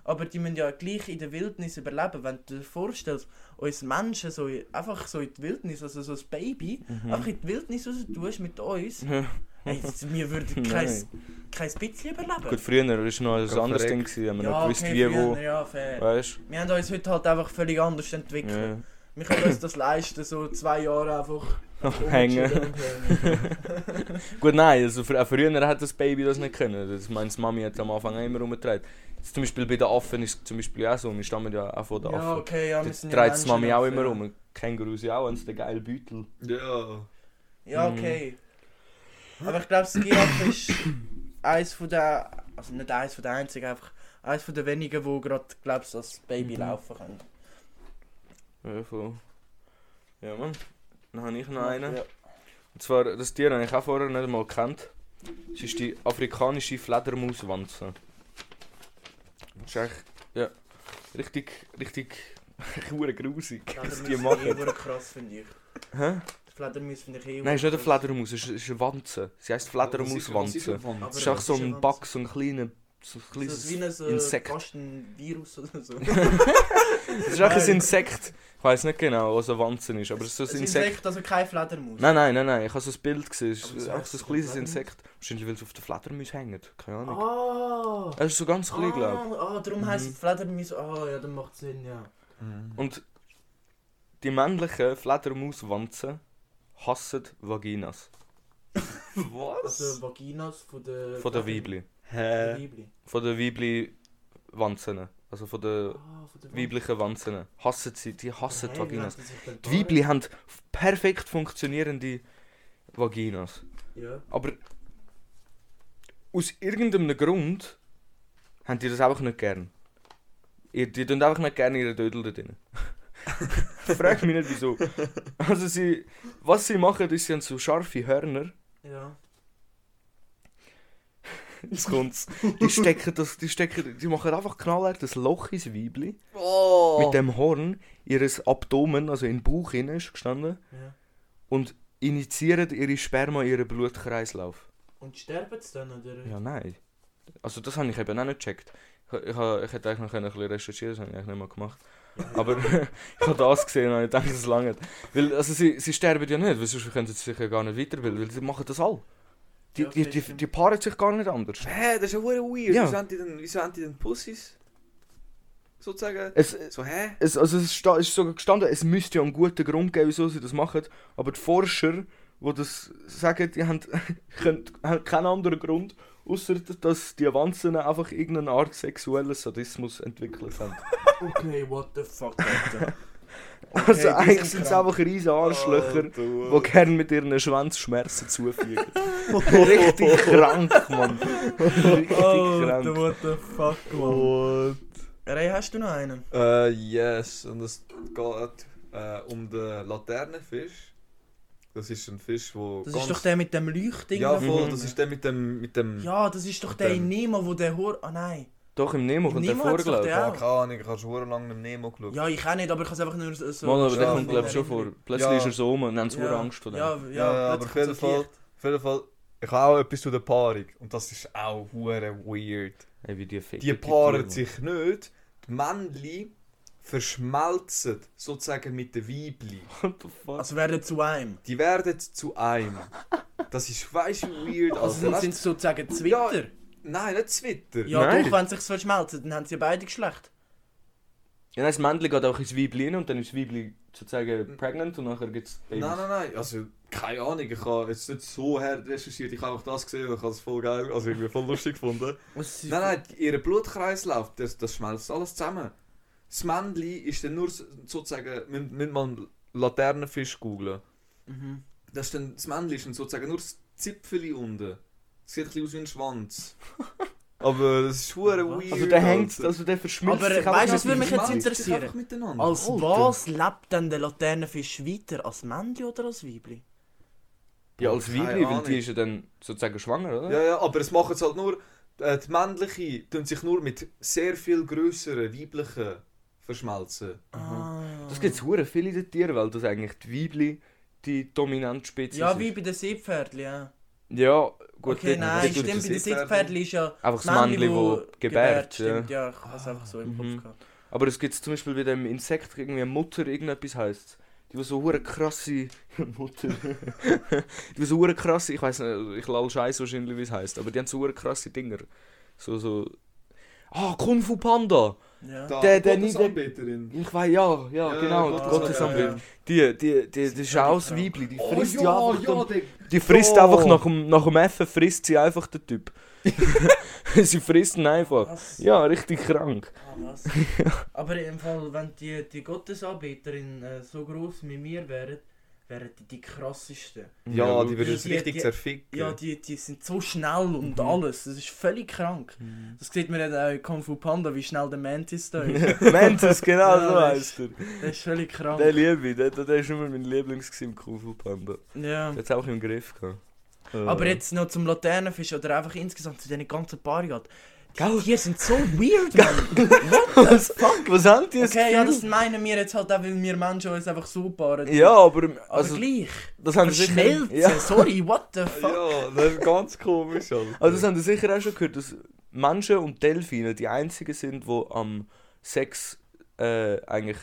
S1: aber die müssen ja gleich in der Wildnis überleben. Wenn du dir vorstellst, uns Menschen so in- einfach so in die Wildnis, also so ein Baby,
S2: Hm.
S1: einfach in die Wildnis raus tust mit uns,
S2: Ja.
S1: hey, das- wir würden kein, kein bisschen überleben.
S2: Gut, früher war es noch ein
S3: Ja,
S2: anderes
S3: verreckt.
S2: Ding, gewesen, haben wir
S1: ja,
S2: noch gewusst,
S1: okay,
S2: wie,
S1: früher,
S2: wo,
S1: ja, fair.
S2: weißt
S1: Wir haben uns heute halt einfach völlig anders
S2: du?
S1: entwickelt.
S2: Ja.
S1: Wir können uns das leisten, so zwei Jahre einfach
S2: Hängen. Gut, nein, also fr auch früher hat das Baby das nicht können. Das meint, die Mami hat am Anfang auch immer rumgetragen. Jetzt zum Beispiel bei den Affen ist es zum Beispiel auch so, wir stammen ja auch von den
S1: Ja,
S2: Affen.
S1: okay, ja, wir
S2: Jetzt
S1: sind
S2: dreht die
S1: Menschen
S2: Mami auch
S1: dafür.
S2: immer um. rum. Kängurus ja auch, haben sie den geilen Beutel.
S3: Ja.
S1: Ja,
S2: Mhm.
S1: okay. Aber ich glaube, das Giraffe ist eins von der, also nicht eins von der einzigen, einfach eins von der wenigen, wo gerade, glaube ich, als Baby
S2: Mhm.
S1: laufen können.
S2: Ja, voll. Ja, Mann. Dann habe ich noch
S1: Nein.
S2: einen. Und zwar, das Tier habe ich auch vorher nicht mal gekannt. Es ist die afrikanische Fledermauswanze. Das ist echt, ja, richtig, richtig, hure grusig, was die
S1: Fledermaus
S2: machen.
S1: finde ich krass, finde ich.
S2: Hä?
S1: Die Fledermaus finde ich eh
S2: Nein, es ist nicht eine
S1: krass.
S2: Fledermaus, es ist- es ist eine Wanze. Sie heisst
S3: Was ist
S2: Fledermauswanze.
S3: eine Wanze?
S2: Es ist auch so
S1: Ist
S2: ein
S1: eine
S2: Bug, so ein kleiner, so ein
S1: Das ist
S2: kleines...
S1: wie ein so
S2: Insekt.
S1: fast ein Virus oder so.
S2: Es ist auch ein
S1: Nein.
S2: Insekt. Ich weiß nicht genau, was eine Wanze ist, aber es ist so ein Insekt.
S1: also kein Fledermaus.
S2: Nein, nein, nein, nein, ich habe so ein Bild gesehen. Es
S1: Aber das
S2: ist auch
S1: heisst
S2: so ein
S1: doch
S2: kleines
S1: Fledermaus.
S2: Insekt. Wahrscheinlich, weil es auf der Fledermaus hängt. Keine Ahnung.
S1: Ah!
S2: Es ist so ganz klein, glaube ich.
S1: Ah, ah, darum
S2: Mhm.
S1: heisst es Fledermaus. Ah, ja, dann macht es Sinn, ja.
S3: Mhm.
S2: Und die männlichen Fledermauswanzen hassen Vaginas.
S1: Also Vaginas von der...
S2: Von der Weibli. Äh,
S1: Von der
S3: Hä?
S1: Weibli.
S2: Von der Weibli-Wanzen. Also von der
S1: Ah, von der
S2: weiblichen Wanzen. Hassen sie, die hassen
S1: Hey,
S2: die
S1: wie nennt
S2: Vaginas.
S1: man sich denn
S2: Die Weibli haben perfekt funktionierende Vaginas.
S1: Ja.
S2: Aber aus irgendeinem Grund haben die das einfach nicht gern. Ihr, die tun einfach nicht gerne ihre Dödel da drin. Frag mich nicht wieso. Also sie, was sie machen, ist, sie haben so scharfe Hörner.
S1: Ja.
S2: Jetzt kommt's. Die stecken das, die stecken, die machen einfach knallhart das Loch ins Weibli.
S3: Oh.
S2: Mit dem Horn, ihres Abdomen, also in den Bauch hinein ist gestanden.
S1: ja.
S2: Und initiieren ihre Sperma, ihren Blutkreislauf.
S1: Und sterben sie dann, oder?
S2: Ja, nein. Also das habe ich eben auch nicht gecheckt. Ich, ich, ha- ich hätte eigentlich noch können ein bisschen recherchieren das habe ich eigentlich nicht mal gemacht. Aber ich habe das gesehen und ich denke, es lange. Weil also sie, sie sterben ja nicht, weil sonst können sie sich ja gar nicht weiterbilden, weil sie machen das alle. Die,
S1: Ja,
S2: die,
S1: okay,
S2: die,
S1: stimmt.
S2: die paaren sich gar nicht anders.
S3: Hä, das ist ja hure weird.
S2: Ja.
S3: Wieso haben die denn, wieso haben die denn Pussys? Sozusagen.
S2: Es,
S3: So, hä?
S2: es, also es sta- ist sogar gestanden, es müsste ja einen guten Grund geben, wieso sie das machen. Aber die Forscher, die das sagen, die haben, können, haben keinen anderen Grund, außer dass die Wanzen einfach irgendeine Art sexuellen Sadismus entwickelt haben.
S1: Okay, what the fuck, Alter.
S2: Also
S1: die
S2: eigentlich
S1: sind
S2: sind es
S1: krank.
S2: einfach riesen Arschlöcher,
S3: Oh,
S2: die gerne mit ihren Schwänzschmerzen zufügen. Richtig krank, Mann. Richtig krank.
S1: what the fuck,
S3: What?
S1: Ray, hast du noch einen?
S3: Äh, yes. Und es geht äh, um den Laternenfisch. Das ist ein Fisch, wo
S1: Das ist doch der mit dem Leuchtding.
S3: Ja,
S1: da
S3: voll.
S1: vorne.
S3: Das ist der mit dem... Mit dem
S2: Hm.
S1: Ja, das ist doch der
S3: Mit dem-
S1: in Nemo, wo der Hor... Ah nein.
S2: Doch, im Nemo
S1: Im
S2: kommt der
S1: Nemo hat's doch
S2: vor,
S1: der-
S3: Ah, keine Ahnung, ich habe schon verdammt lange nicht Nemo geschaut.
S1: Ja, ich auch nicht, aber ich kann es einfach nur so... so
S2: Mal, aber der
S3: Ja,
S2: kommt glaube ich schon vor. Plötzlich
S3: Ja.
S2: ist er so um und haben sie
S1: Ja.
S2: Angst vor dem.
S1: Ja, ja,
S3: Ja, aber
S1: plötzlich
S3: auf jeden
S1: so
S3: Fall-
S1: Licht.
S3: Auf jeden Fall, ich habe auch etwas zu der Paarung. Und das ist auch hure weird.
S2: Ey, wie die ficken
S3: Die paaren
S2: Tiere.
S3: sich nicht. Die Männchen verschmelzen sozusagen mit den Weibli.
S2: What the fuck?
S1: Also werden zu einem.
S3: Die werden zu einem. Das ist weißt du weird.
S1: Also
S3: Also,
S1: dann
S3: weißt,
S1: sind sie sozusagen Zwitter.
S3: nein, nicht Zwitter.
S1: Ja,
S2: Nein.
S1: doch, wenn sie sich verschmelzen, dann haben sie ja beide Geschlecht.
S2: ja, nein, das Männchen geht auch ins Weibli rein und dann ist das Weibli sozusagen pregnant und nachher gibt es
S3: Nein, nein, nein. Also keine Ahnung. Ich habe jetzt nicht so hart recherchiert. Ich habe einfach das gesehen und ich habe es voll geil, also irgendwie voll lustig gefunden.
S1: Was
S3: Nein, nein, ihr Blutkreislauf, das, das schmelzt alles zusammen. das Männli ist dann nur so- sozusagen, müssen müssen mal einen Laternenfisch googeln.
S1: Mhm.
S3: Das, ist dann, das Männli ist dann sozusagen nur das Zipfeli unten. Das sieht ein bisschen aus wie ein Schwanz. Aber das ist hure
S1: Was?
S3: weird.
S4: Also der hängt,
S3: Alter.
S4: also der verschmilzt
S1: Aber,
S4: sich
S1: äh,
S4: auch
S1: weißt du, was
S4: mit
S1: würde mich
S4: dem
S1: jetzt
S4: Schwanz.
S3: Sich einfach miteinander.
S1: Als
S4: Alter.
S1: was lebt denn der Laternenfisch weiter? Als Männchen oder als Weibli?
S2: Ja, als
S3: Keine
S2: Weibli, weil
S3: Ahnung.
S2: die ist ja dann sozusagen schwanger, oder?
S3: Ja, ja, aber es machen es halt nur. Äh, die männlichen tun sich nur mit sehr viel grösseren weiblichen verschmelzen.
S1: Ah.
S2: Das gibt es hure viel in der Tierwelt, dass eigentlich die Weibli die dominante Spezies
S1: Ja,
S2: ist.
S1: wie bei den Seepferdchen, ja.
S2: Ja, gut,
S1: okay,
S2: dort-
S1: nein,
S2: dort tut
S1: stimmt, bei
S2: es-
S1: den
S3: Seepferdli-
S1: Seepferdchen ist ja
S2: Einfach das Männchen,
S1: wo
S2: das gebärt.
S1: stimmt,
S2: ja.
S1: ja. ich habe es einfach so im
S2: Mhm.
S1: Kopf gehabt.
S2: Aber es gibt zum Beispiel bei dem Insekt irgendwie Mutter, irgendetwas heisst Die, die so hure krasse. Mutter. die, die so hure krasse. Ich weiß nicht, ich lall Scheiß wahrscheinlich, wie es heisst. Aber die haben so hure krasse Dinger. So, so. Ah, Kung Fu Panda!
S1: Ja.
S3: Da,
S2: Der- der-
S3: Gottesanbeterin.
S2: Ich weiß, ja, ja,
S3: Ja,
S2: genau,
S3: ja,
S2: die
S3: Gottesanbeterin.
S2: Gottesanbeterin. Die, die, die, die ist auch das Weibli, die
S3: Oh,
S2: frisst ja, einfach. dann-
S3: der-
S2: Die frisst
S3: Ja.
S2: einfach nach dem, nach dem Essen, frisst sie einfach den Typ. sie frisst ihn einfach.
S1: Was?
S2: Ja, richtig krank.
S1: Ah, was? Aber im Fall, wenn die, die Gottesanbeterin äh, so gross wie mir wären, wären die die krassesten.
S3: Ja, die
S1: wird-
S3: würden es
S1: Die-
S3: richtig
S1: die-
S3: zerficken.
S1: Ja, die, die sind so schnell
S2: Mhm.
S1: und alles. Das ist völlig krank. Das sieht man ja auch in äh, Kung Fu Panda, wie schnell der Mantis da ist.
S2: Mantis, genau
S1: Ja,
S2: so
S1: weißt
S2: heißt er.
S1: der ist völlig krank.
S2: Der liebe ich, der, der der ist immer mein Lieblings gewesen im Kung Fu Panda.
S1: ja.
S2: Der hat's auch im Griff gehabt. Äh.
S1: Aber jetzt noch zum Laternenfisch oder einfach insgesamt zu diesen ganzen Pariat. Die Tiere sind so weird, man.
S2: Was, fuck, was haben die jetzt?
S1: Okay, ja, das meinen wir jetzt halt auch, weil wir Menschen uns einfach so paaren.
S2: ja, aber,
S1: aber
S2: also,
S1: gleich.
S2: das haben sie sicher...
S1: Verschnellt.
S2: Ja,
S1: Sorry, what the fuck.
S3: Ja, das ist ganz komisch. Alter.
S2: also das haben sie sicher auch schon gehört, dass Menschen und Delfine die einzigen sind, die am Sex äh, eigentlich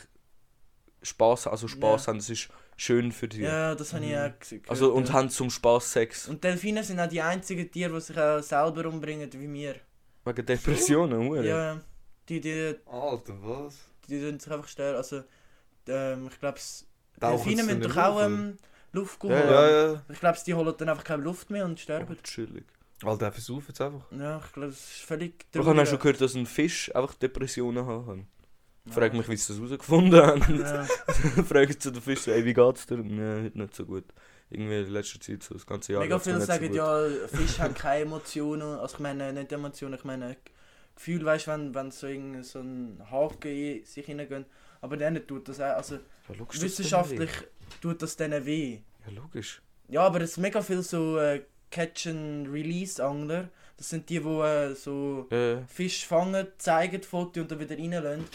S2: Spaß, also
S1: Ja.
S2: Spaß haben. Das ist schön für die.
S1: Ja, das habe ich auch gesehen.
S2: Also, und
S1: ja.
S2: haben zum Spaß Sex.
S1: Und Delfine sind auch die einzigen Tiere, die sich auch selber umbringen, wie wir.
S2: Wegen Depressionen, oder?
S1: Ja, die, die,
S3: Alter, Oh, was?
S1: die tun sich einfach stören. Also, ähm, ich glaube,
S3: Tauchen
S1: Delfine
S3: sie
S1: müssen
S3: in
S1: doch
S3: den
S1: auch
S3: Luft,
S1: ähm, Luft holen.
S2: Ja,
S3: Ja, ja.
S1: Ich glaube, die holen dann einfach keine Luft mehr und sterben.
S2: Aber chillig.
S3: Alter, er versucht jetzt einfach.
S1: Ja, ich glaube, es ist völlig
S2: Ich habe auch schon gehört, dass ein Fisch einfach Depressionen haben kann. Ich frage mich, wie sie das herausgefunden haben.
S1: Ja.
S2: frage zu den Fisch, ey, wie geht's dir? Nein, heute nicht so gut. Irgendwie in letzter Zeit, so das ganze Jahr.
S1: Mega
S2: geht's mir
S1: viele
S2: nicht so
S1: sagen
S2: gut.
S1: ja, Fische haben keine Emotionen. Also ich meine nicht Emotionen, ich meine Gefühl, weißt du, wenn, wenn so, irgend so ein Haken in sich hineingehen. Aber denen tut das auch. Also
S2: Ja, logisch, das
S1: wissenschaftlich tut das denen weh.
S2: tut mir weh. Ja, logisch.
S1: Ja, aber es sind mega viele so äh, Catch-and-Release-Angler. Das sind die, die äh, so
S2: Äh,
S1: Fisch fangen, zeigen die Foto und dann wieder reinlassen.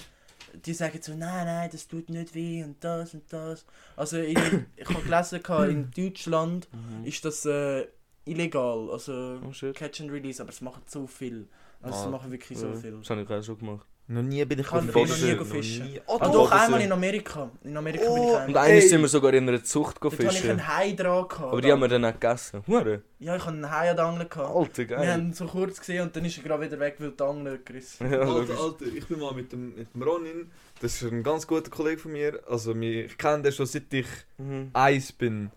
S1: Die sagen so, nein, nein, das tut nicht weh und das und das. Also in, ich habe gelesen, gehabt, in Deutschland ist das äh, illegal, also
S2: oh shit.
S1: Catch and Release, aber es machen so viel. Also
S3: Ah,
S1: es machen wirklich so
S2: Äh,
S1: viel.
S2: Das habe ich auch schon gemacht.
S3: Noch nie bin ich
S1: Ich kann
S3: auf
S1: noch nie
S3: Fischen.
S1: gefischt.
S3: Noch nie.
S1: Ah,
S3: Ah,
S1: doch,
S3: also-
S1: einmal in Amerika. In Amerika bin ich
S3: Oh,
S2: Und
S1: einmal.
S2: einmal
S3: Ey.
S2: sind wir sogar in einer Zucht
S1: Dort habe ich
S2: gefischt.
S1: einen Hai dran. Gehabt,
S2: Aber die haben wir dann auch gegessen. Hure.
S1: Ja, ich habe einen Hai an der Angel gehabt.
S2: Alter,
S1: Wir haben
S2: geil.
S1: ihn so kurz gesehen und dann ist er gerade wieder weg, weil die Angel gerissen
S2: Ja,
S3: Alter,
S2: logisch.
S3: Alter, ich bin mal mit dem, mit dem Ronin, das ist ein ganz guter Kollege von mir, also mir- ich kenne den schon seit ich
S2: Mhm.
S3: eins bin.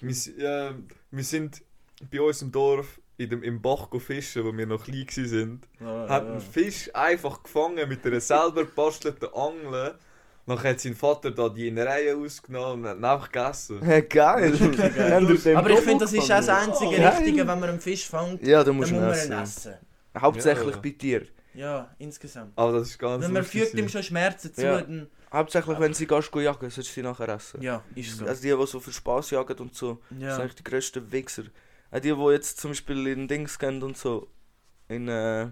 S3: Wir, s- äh, wir sind bei uns im Dorf in dem, im Bach go fischen, wo wir noch klein waren.
S1: Ja,
S3: Hat einen Fisch einfach gefangen mit einer selber bastelten Angel. Nachher hat sein Vater da die Innereien ausgenommen und hat ihn einfach gegessen.
S2: Ja, geil. Haben wir den
S1: Aber ich
S2: Doppel
S1: finde, das ist auch das
S2: gefangen?
S1: einzige
S2: Geil.
S1: Richtige, wenn man einen Fisch fängt,
S2: Ja, dann
S1: dann muss
S2: musst du ihn
S1: man
S2: essen.
S1: ihn essen.
S2: Hauptsächlich
S3: Ja.
S2: bei dir.
S1: Ja, insgesamt.
S3: Aber das ist ganz
S1: Wenn man
S3: lustig
S1: fügt ihm
S3: gewesen.
S1: schon Schmerzen zu,
S2: Ja.
S1: dann...
S2: Hauptsächlich, wenn sie gehst, go jagen, sollst du sie nachher essen.
S1: Ja, ist so.
S2: Also die, die so für Spass jagen und so, das sind
S1: Ja.
S2: eigentlich die grössten Wichser. Auch die, die jetzt zum Beispiel in Dings gehen und so, in äh,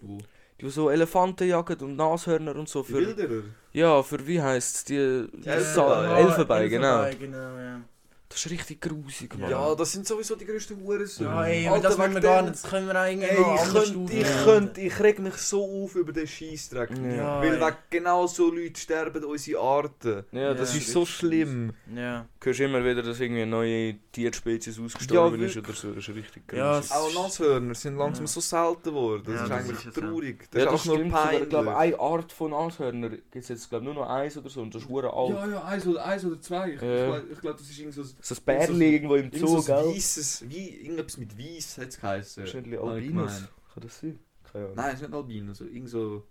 S3: Wo?
S2: die die so Elefanten jagen und Nashörner und so
S3: Die
S2: für...
S3: Wilderer.
S2: Ja, für wie heisst's? Die... die
S3: Elfenbein.
S2: Sa-
S1: Ja,
S2: Elfenbein, genau.
S1: Elfenbein, genau, ja.
S2: Das ist richtig grusig, Mann.
S3: Ja, das sind sowieso die größten Hurensöhne.
S1: Ja, ey, aber das
S3: Alter,
S1: wollen wir
S3: wegen
S1: gar
S3: dem-
S1: nicht, das können wir auch irgendwie
S3: Ey,
S1: noch
S3: ich
S1: anders
S3: könnte,
S1: aufnehmen.
S3: ich könnte, ich reg mich so auf über den Scheißdreck.
S1: Ja,
S3: Weil
S1: ey.
S3: wegen genau so Leute sterben unsere Arten.
S2: Ja, das
S1: Ja.
S2: ist so schlimm.
S1: Ja.
S2: Du hörst immer wieder, dass irgendwie eine neue Tierspezies ausgestorben ist oder so. Das ist richtig grusig.
S1: Ja,
S3: Auch Nashörner sind langsam
S1: Ja.
S3: so selten geworden. Das
S1: Ja,
S3: ist
S1: das
S3: eigentlich
S1: ist es, ja.
S3: traurig. Das
S2: Ja,
S3: ist
S2: das
S3: auch nur
S2: stimmt, aber ich
S3: peinlich.
S2: glaube, eine Art von Nashörner gibt es jetzt glaub, nur noch eins oder so und das ist hure alt.
S3: ja, eins oder, eins oder zwei. Ich,
S2: Ja.
S3: glaub- ich glaube, das ist irgend so ein
S2: So ein Bärli irgendwo im
S3: Äh. irgend
S2: Zoo,
S3: so ein
S2: gell?
S3: weisses, wie, irgendetwas mit weiss hat es geheißen.
S2: Wahrscheinlich
S3: Hab ich
S2: Albinos.
S3: gemeint.
S2: Kann das sein? Keine keine Ahnung.
S3: Nein, ist nicht Albino, so irgend so.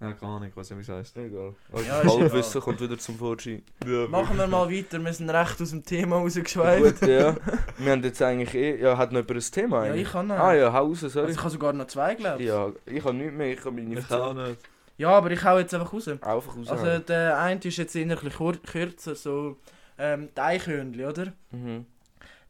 S3: Ja, keine Ahnung, was ich heißt.
S2: Egal.
S1: Ja,
S2: Ja,
S1: ist
S2: Halbwissen
S1: egal.
S2: kommt wieder zum Vorschein.
S1: Machen wir mal weiter, wir sind recht aus dem Thema rausgeschweift.
S2: Gut, ja. Wir haben jetzt eigentlich eh... Ja, hat noch jemand ein Thema
S1: Ja, ich
S2: eigentlich?
S1: kann noch.
S2: Ah ja, hau raus,
S1: also
S2: sorry.
S1: ich habe sogar noch zwei, glaube ich. Ja.
S2: Ja, ich habe nichts mehr, ich habe meine
S3: Ich auch nicht.
S1: aber ich hau jetzt einfach raus.
S2: Einfach raus.
S1: Also der eine ist jetzt eher ein bisschen kur- kürzer, so ähm, die Eichhörnchen, oder?
S2: mhm.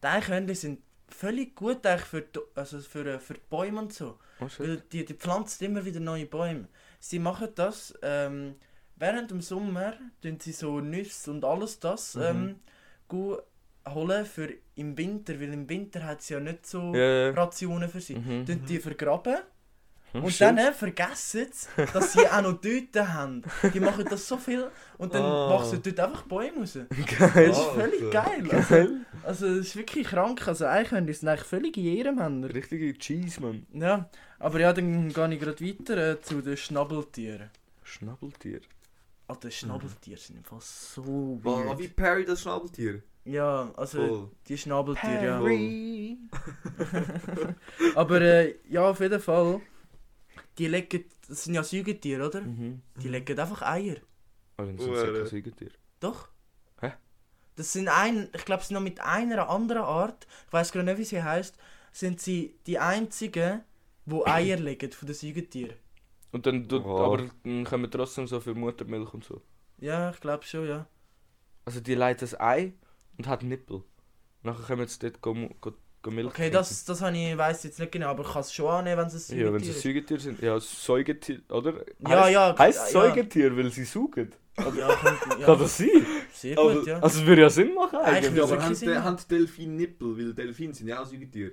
S1: Die Eichhörnchen sind völlig gut eigentlich für die, also für, äh, für die Bäume und so.
S2: Oh, shit.
S1: Weil die, die pflanzen immer wieder neue Bäume. Sie machen das ähm, während dem Sommer, tun sie so Nüsse und alles das
S2: Mhm.
S1: ähm, gu- holen für im Winter, weil im Winter hat sie ja nicht so
S2: Ja, ja.
S1: Rationen für sie.
S2: Mhm.
S1: Tun die vergraben
S2: Oh,
S1: und
S2: shit.
S1: dann äh, vergessen sie, dass sie auch noch Tüten haben. Die machen das so viel und dann
S3: Oh.
S1: wachsen dort einfach Bäume raus.
S2: Geil.
S1: Das ist völlig geil. Also,
S2: Geil.
S1: also das ist wirklich krank. Also Eichhörnchen sind eigentlich völlig in jedem Händler.
S2: Richtige Cheese, man.
S1: Ja, aber ja, dann gehe ich gerade weiter äh, zu den Schnabeltieren.
S2: Schnabeltier.
S1: Ah, die Schnabeltiere sind einfach so
S3: War Ah, wie
S1: weird.
S3: Perry das
S1: Äh,
S3: Schnabeltier?
S1: Ja, also
S3: Voll.
S1: die Schnabeltiere, ja.
S2: Harry.
S1: Aber äh, ja, auf jeden Fall, die legen, das sind ja Säugetiere, oder?
S2: Mhm.
S1: Die legen einfach Eier. Oh,
S2: Also, das sind sehr
S3: Uere.
S2: kein Säugetier.
S1: Doch.
S2: Hä?
S1: Das sind ein, ich glaube, sind noch mit einer anderen Art, ich weiß gerade nicht, wie sie heißt, sind sie die einzigen, wo Eier legen von den Säugetieren.
S2: Und dann, tut-
S3: Ja.
S2: aber dann kommen trotzdem so viel Muttermilch und so.
S1: Ja, ich glaube schon, ja.
S2: Also die leitet das Ei und hat Nippel. Nachher können wir jetzt dort go, go, go Milch
S1: Okay, das, das habe ich, weiß jetzt nicht genau, aber ich kann es schon annehmen, wenn es ein
S2: trinken. Ja, wenn
S1: Säugetier
S2: sie
S1: ist.
S2: Säugetier sind. Ja, Säugetier, oder?
S1: Ja, ja,
S2: Heißt
S1: ja,
S2: Säugetier, weil sie saugen?
S1: Ja, kommt,
S2: Kann
S1: ja
S2: das sein?
S1: sehr
S3: Aber-
S1: gut, ja.
S2: Also es würde ja Sinn machen eigentlich.
S1: Eigentlich
S3: Ja, aber
S1: Wirklich
S3: haben,
S1: Sinn
S3: De
S1: macht.
S3: haben Delfin Nippel? Weil Delfine sind ja auch Säugetiere.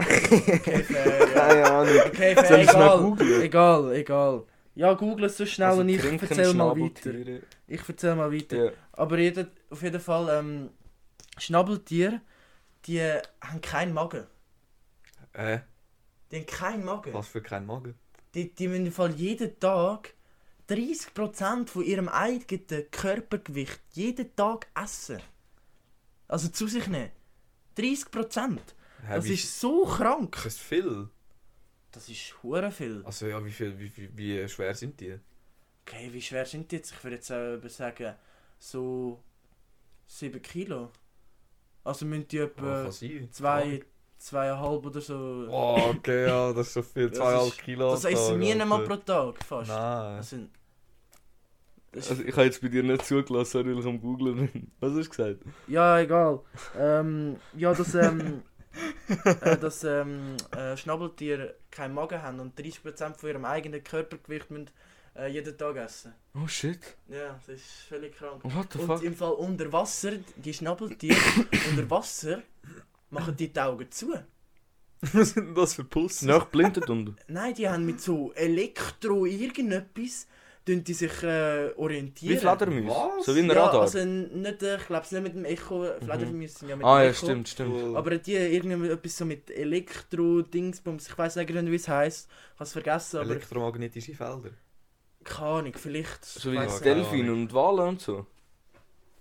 S1: Okay, fair, ja.
S2: Keine Ahnung.
S1: Okay,
S2: Soll
S1: fair,
S2: ich schnell
S1: egal.
S2: googeln?
S1: Egal, egal. Ja, google es so schnell
S2: Also
S1: und ich
S2: trinken
S1: erzähl mal weiter.
S2: Schnabeltiere.
S1: Ich erzähl mal weiter.
S2: Ja.
S1: Aber jeder, auf jeden Fall, ähm, Schnabeltiere, die haben keinen Magen.
S3: Äh,
S1: Die haben keinen Magen.
S3: was für kein Magen.
S1: Die, die müssen im Fall jeden Tag 30% von ihrem eigenen Körpergewicht jeden Tag essen. Also zu sich nehmen. 30%. Das
S3: wie-
S1: ist so krank.
S3: Das ist viel.
S1: Das ist hure viel.
S3: Also ja, wie, viel, wie, wie, wie schwer sind die?
S1: Äh, Okay, wie schwer sind die jetzt? Ich würde jetzt auch sagen, so 7 Kilo. Also müssen die etwa
S3: kann sein.
S1: zwei, zweieinhalb oder so.
S3: Oh, okay, ja, das ist so viel.
S1: Das
S3: 2,5
S1: ist-
S3: Kilo.
S1: das essen wir nicht mal pro
S3: Alter.
S1: Tag fast.
S3: Nein.
S1: Das sind, das
S2: Also
S1: ist,
S2: ich habe jetzt bei dir nicht zugelassen, sorry, weil ich am googlen bin. Was hast du gesagt?
S1: ja, egal. ähm, ja, dass, ähm, äh, dass ähm, äh, Schnabeltiere keinen Magen haben und 30% von ihrem eigenen Körpergewicht müssen, äh, jeden Tag essen.
S2: Oh shit.
S1: Ja, das ist völlig krank.
S2: What the
S1: Und
S2: fuck?
S1: im Fall unter Wasser, die Schnabeltiere unter Wasser machen die die Augen zu.
S3: Was sind denn das für Pulsen?
S2: Nach Blindentunnel.
S1: Nein, die haben mit so Elektro irgendetwas, tun die sich äh, orientieren.
S2: Wie Fledermaus.
S3: Was?
S2: So wie ein
S1: ja,
S2: Radar.
S1: Also nicht, äh, ich glaube es nicht mit dem Echo, Fledermäuse sind ja mit
S2: ah
S1: dem
S2: ja,
S1: Echo.
S2: stimmt, stimmt.
S1: Aber die irgendetwas so mit Elektro-Dingsbums, ich weiß nicht genau wie es heisst, ich habe es vergessen, aber
S3: Elektromagnetische Felder.
S1: keine Ahnung, vielleicht.
S2: So
S1: ich
S2: wie
S1: weiss
S2: jetzt
S1: nicht.
S3: keine Ahnung.
S2: Delfin und Wale und so.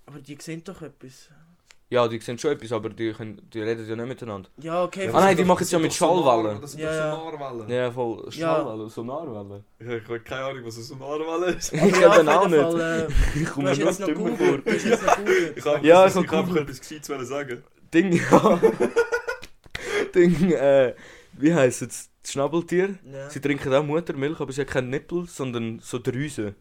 S1: Aber die sehen doch etwas.
S2: Ja, die sehen schon etwas, aber die, können, die reden ja nicht miteinander.
S1: Ja, okay.
S2: Ah,
S1: vielleicht-
S2: nein, die machen es ja mit Schallwellen.
S3: Das sind
S1: Ja,
S3: doch
S1: ja.
S3: so Narwellen.
S2: Ja, voll
S1: Ja.
S2: Schnallwellen, so Narwellen.
S3: Ich habe keine Ahnung, was so ein Narwelle ist.
S2: Ich
S1: Aber ja,
S2: eben
S1: auf
S2: auch
S1: jeden
S2: nicht.
S1: Fall,
S2: Ich
S1: Äh, du
S2: komme
S1: hast
S2: mir
S1: jetzt
S2: noch
S1: noch
S2: dümmer
S1: Google.
S2: vor.
S1: Du hast jetzt noch Google.
S3: Ich habe
S2: Ja,
S3: ja, ich
S2: ich hab
S3: hab
S2: gegoogelt.
S3: etwas Gescheites wollen sagen.
S2: Ding, ja. Ding, äh, wie heisst es? Das Schnabeltier.
S1: Ja.
S2: Sie trinken auch Muttermilch, aber sie haben keinen Nippel, sondern so Drüsen.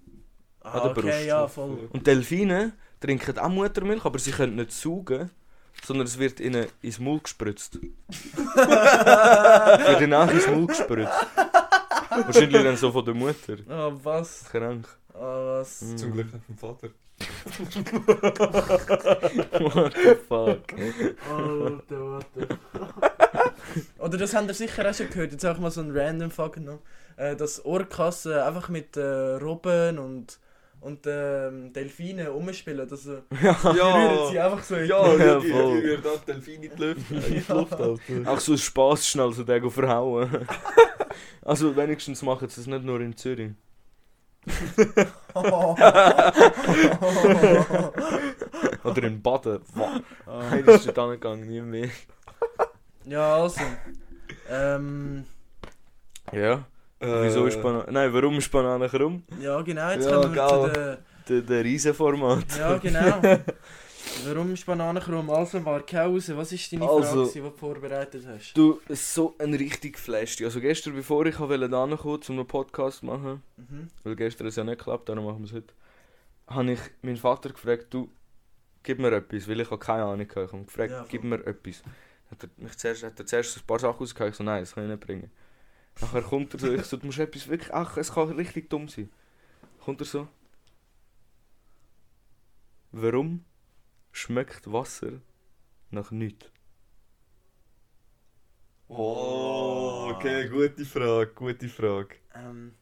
S1: Ah,
S2: der Brust.
S1: okay, ja, voll.
S2: Und Delfine trinken auch Muttermilch, aber sie können nicht saugen, sondern es wird ihnen ins Maul gespritzt. wird ihnen auch ins Maul gespritzt. Wahrscheinlich dann so von der Mutter.
S1: Ah, was?
S2: Krank.
S1: Ah, was?
S2: Mm.
S3: Zum Glück nicht mein Vater.
S2: What the fuck.
S1: Alter, warte. Oder das habt ihr sicher auch schon gehört, jetzt einfach mal so ein random Fuck noch. Äh, dass Orcas äh, einfach mit äh, Robben und, und ähm, Delfinen rumspielen. Das äh, berühren sie einfach so. in die
S3: Ja,
S1: Luft.
S2: Ja,
S3: ja, ich
S2: voll.
S3: würde auch Delfin in die Luft. In die
S1: Ja.
S3: Luft, Alter.
S2: Auch so ein Spass schnell so den verhauen. Also wenigstens machen sie es nicht nur in Zürich. Oder in Baden. Wow. Nein, das ist dort angegangen, nie mehr.
S1: ja, also. Ähm,
S2: Ja.
S3: Eh,
S2: Wieso
S3: Äh.
S2: ist Banane... Nein, warum ist Banane krumm?
S1: Ja, genau, jetzt
S3: Ja,
S1: kommen wir
S3: geil.
S1: zu der...
S2: Der, der Riesenformat.
S1: Ja, genau. Warum ist Bananenkrumm? Also, Markhausen, was ist deine
S2: Also-
S1: Frage, gewesen, die du vorbereitet hast?
S2: Du, so ein richtig geflasht. Also gestern, bevor ich wollte ankommen, um einen Podcast zu machen,
S1: Mhm.
S2: weil gestern es ja nicht geklappt, darum machen wir es heute, habe ich meinen Vater gefragt, du, gib mir etwas, weil ich habe keine Ahnung hatte. Ich habe gefragt,
S1: Ja, voll.
S2: gib mir etwas. Hat er, mich zuerst, hat er zuerst ein paar Sachen ausgehauen, ich so, nein, das kann ich nicht bringen. Nachher kommt er so, ich so, du musst etwas wirklich, ach, es kann richtig dumm sein. Kommt er so, warum schmeckt Wasser nach nichts?
S3: Oh, okay, gute Frage, gute Frage.
S1: Ähm,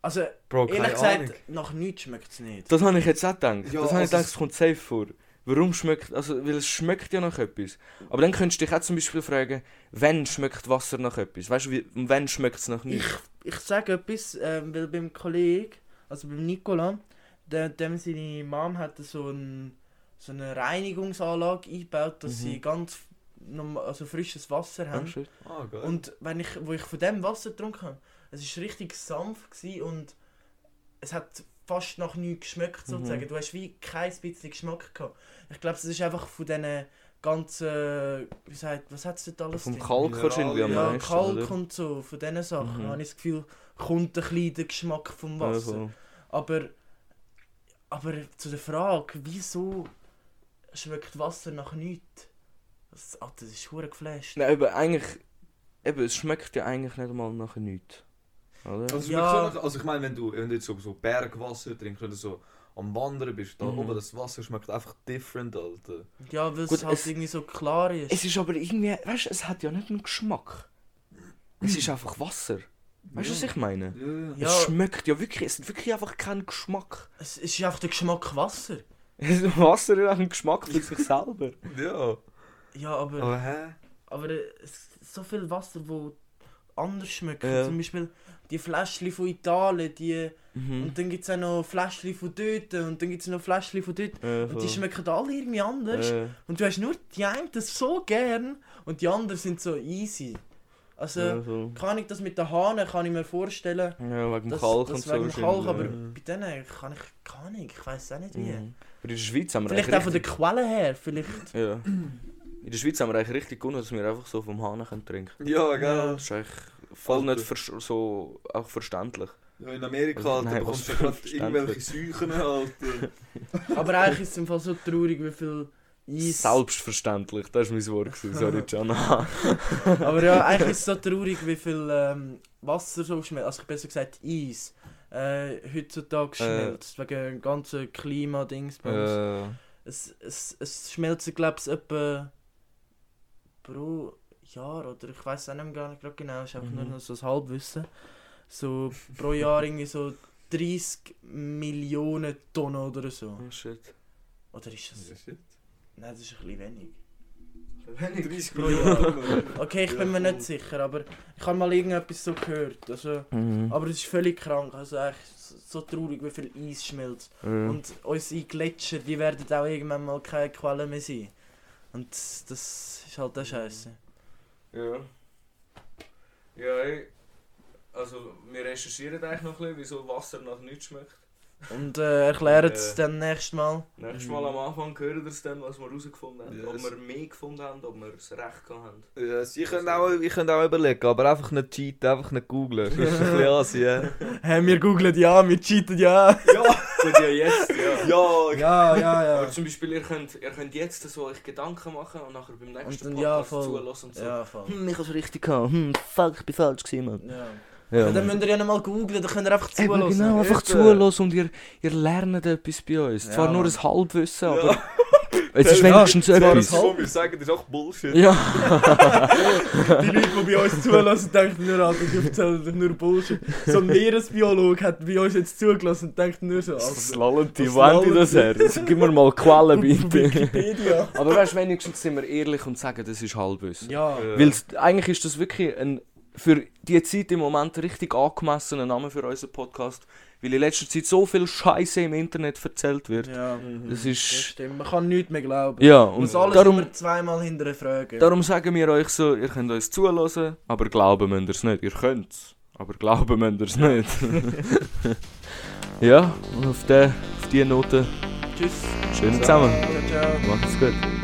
S1: also,
S3: Bro,
S1: ehrlich
S3: keine
S1: gesagt,
S3: Ahnung.
S1: nach nichts schmeckt es nicht.
S2: Das habe ich jetzt auch gedacht. das
S3: Ja,
S2: habe ich
S3: also
S2: gedacht, es kommt safe vor. Warum schmeckt, also, weil es schmeckt ja nach etwas. Aber dann könntest du dich auch zum Beispiel fragen, wenn schmeckt Wasser nach etwas? Weißt du, wie, wenn schmeckt es nach nichts?
S1: Ich sage etwas, ähm, weil beim Kollegen, also beim Nicola, der, dem seine Mom hat so, ein, so eine Reinigungsanlage eingebaut, dass
S2: Mhm.
S1: sie ganz norm- also frisches Wasser
S2: Ah,
S1: haben.
S2: shit.
S3: Ah, geil.
S1: Und wenn ich, wo ich von dem Wasser getrunken habe, es ist richtig sanft gsi und es hat fast nach nichts
S2: Mhm.
S1: geschmeckt sozusagen. Du hast wie kein bisschen Geschmack gehabt. Ich glaube, es ist einfach von diesen ganzen, wie sagt, was hat es dort alles
S2: Vom
S1: drin?
S2: Kalk
S3: Mineral-
S2: wahrscheinlich am
S1: ja,
S2: meisten,
S1: Kalk
S2: oder?
S1: und so, von diesen Sachen
S2: Mhm.
S1: habe ich das Gefühl, kommt ein bisschen der Geschmack vom
S2: Ja,
S1: Wasser.
S2: voll.
S1: Aber, aber zu der Frage, wieso schmeckt Wasser nach nichts? Das, ah, das ist hure geflasht.
S2: Nein, eben, eigentlich, eben, es schmeckt ja eigentlich nicht mal nach nichts. Oder?
S3: Also,
S1: Ja.
S3: wirklich so nach- also ich meine, wenn du, wenn du jetzt so, so Bergwasser trinkst oder so am Wandern bist, da
S2: Mhm.
S3: oben das Wasser schmeckt einfach different, Alter.
S1: Ja, weil
S2: Gut,
S1: es halt
S2: es-
S1: irgendwie so klar ist.
S2: Es ist aber irgendwie, weißt du, es hat ja nicht einen Geschmack. Es ist einfach Wasser. Weißt du, was ich meine?
S3: Ja.
S1: Ja.
S2: Es schmeckt ja wirklich, es hat wirklich einfach keinen Geschmack.
S1: Es ist einfach der Geschmack Wasser.
S2: Wasser hat einen Geschmack für sich selber.
S3: Ja.
S1: Ja,
S2: Ah.
S1: aber,
S3: Aber hä?
S1: aber äh, es so viel Wasser, wo anders schmeckt.
S2: Ja.
S1: Zum Beispiel die Fläschchen von Italien, die...
S2: Mhm.
S1: Und dann gibt es auch noch Fläschchen von dort und dann gibt es noch Fläschchen von dort. Und die schmecken alle irgendwie anders.
S2: Äh,
S1: Und du hast nur die einen das so gern und die anderen sind so easy. Also,
S2: ja, voll.
S1: kann ich das mit den Hahnen, kann ich mir vorstellen.
S2: ja, wegen dem
S1: Das,
S2: Kalk und
S1: das
S2: so.
S1: wegen dem Kalk, aber
S2: wahrscheinlich,
S1: bei denen kann ich gar nicht. Ich weiß auch nicht
S2: ja.
S1: wie.
S2: Mhm. Aber in der Schweiz haben wir
S1: Vielleicht auch von der
S2: eigentlich
S1: Quelle her, vielleicht.
S2: richtig, ja. In der Schweiz haben wir eigentlich richtig gut, dass wir einfach so vom Hahn können trinken
S3: Ja,
S1: Ja.
S3: gell.
S2: Das ist eigentlich voll
S3: Alter.
S2: nicht ver so auch verständlich.
S3: Ja, in Amerika,
S2: Also,
S3: Alter,
S2: nein,
S3: bekommst du
S2: was
S3: ja gerade
S2: für
S3: irgendwelche Seuchen, Alter.
S1: Aber eigentlich ist es im Fall so traurig, wie viel Eis.
S2: Selbstverständlich, das war mein Wort. gewesen. Sorry, Gianna.
S1: Aber ja, eigentlich ist es so traurig, wie viel ähm, Wasser so schmilzt. Also besser gesagt Eis. Äh, heutzutage schmilzt. Wegen dem ganzen Klimadings bei uns. Es, es, es schmilzt, glaube ich, etwa pro Jahr oder ich weiß auch nicht mehr gar nicht grad genau, ist einfach nur
S2: Mhm.
S1: noch so ein Halbwissen. So pro Jahr irgendwie so 30 Millionen Tonnen oder so.
S2: oh shit.
S1: Oder ist das.
S3: shit.
S1: Nein, das ist ein bisschen wenig.
S3: 30
S1: Pro
S3: Millionen.
S1: Okay, ich
S3: Ja,
S1: bin mir
S3: voll.
S1: nicht sicher, aber ich habe mal irgendetwas so gehört. Also,
S2: Mhm.
S1: aber es ist völlig krank, also echt so traurig, wie viel Eis schmilzt. Und unsere Gletscher, die werden auch irgendwann mal keine Quellen mehr sein. Und das ist halt auch scheiße.
S2: Ja. Ja, ey. Also, wir recherchieren eigentlich noch ein bisschen, wieso Wasser nach nichts schmeckt.
S1: Und äh, erklärt es dann nächstes Mal.
S2: Nächstes Mal am Anfang hören wir es dann, was wir herausgefunden haben.
S3: Ja,
S2: Ob
S3: es-
S2: wir mehr gefunden haben, ob wir es recht gehabt haben.
S3: Ja, sie können auch, ich könnte auch überlegen, aber einfach nicht cheaten, einfach nicht googlen. Das ist ein bisschen Asien.
S1: Hey, wir googeln ja, wir cheaten ja.
S2: Gut, ja, jetzt, ja.
S3: Ja,
S1: Ja, ja,
S2: Aber
S1: ja.
S2: zum Beispiel, ihr könnt, ihr könnt jetzt so euch Gedanken machen und nachher beim nächsten
S1: dann, ja,
S2: Podcast
S1: voll.
S2: zulassen und so.
S1: Ja, voll.
S2: Hm, ich hab's richtig gehabt. Hm, fuck, ich bin falsch gewesen, Mann.
S1: Ja.
S2: Ja,
S1: Dann müsst ihr ja nochmal googlen, dann könnt ihr einfach
S2: Eben,
S1: zuhören.
S2: genau, einfach
S3: Eben.
S2: zulassen und ihr, ihr lernt etwas bei uns.
S1: Ja,
S2: Zwar nur
S1: Mann.
S2: ein Halbwissen,
S3: Ja.
S2: aber es ist wenigstens
S3: Ja, das
S2: etwas.
S1: Halb-
S3: muss ich sagen, das ist auch Bullshit.
S2: Ja,
S1: Die Leute, die bei uns zulassen, denken nur, Alter, die erzählen doch nur Bullshit. So ein Meeresbiologe hat bei uns jetzt zugelassen und denkt nur so,
S2: Also,
S1: Alter,
S2: Slalomti,
S1: Das wo haben die das
S2: her? Also, Gib mir mal Quellen, bitte.
S1: Wikipedia.
S2: Aber weißt du, wenigstens sind wir ehrlich und sagen, das ist Halbwissen.
S1: Ja.
S2: Weil es- eigentlich ist das wirklich ein für die Zeit im Moment richtig angemessener Name für unseren Podcast, weil in letzter Zeit so viel Scheiße im Internet erzählt wird.
S1: Ja,
S2: Das
S1: das
S2: ist.
S1: stimmt. Man kann nichts mehr glauben.
S2: Ja, und
S1: muss alles
S2: darum.
S1: immer zweimal hinterfragen.
S2: Darum sagen wir euch so, ihr könnt uns zulassen, aber glauben müsst ihr es nicht. Ihr könnt es, Aber glauben müsst ihr es nicht. ja, und auf, der, auf diese Note,
S1: Tschüss.
S2: schön zusammen.
S1: Ciao, ciao.
S2: Macht's gut.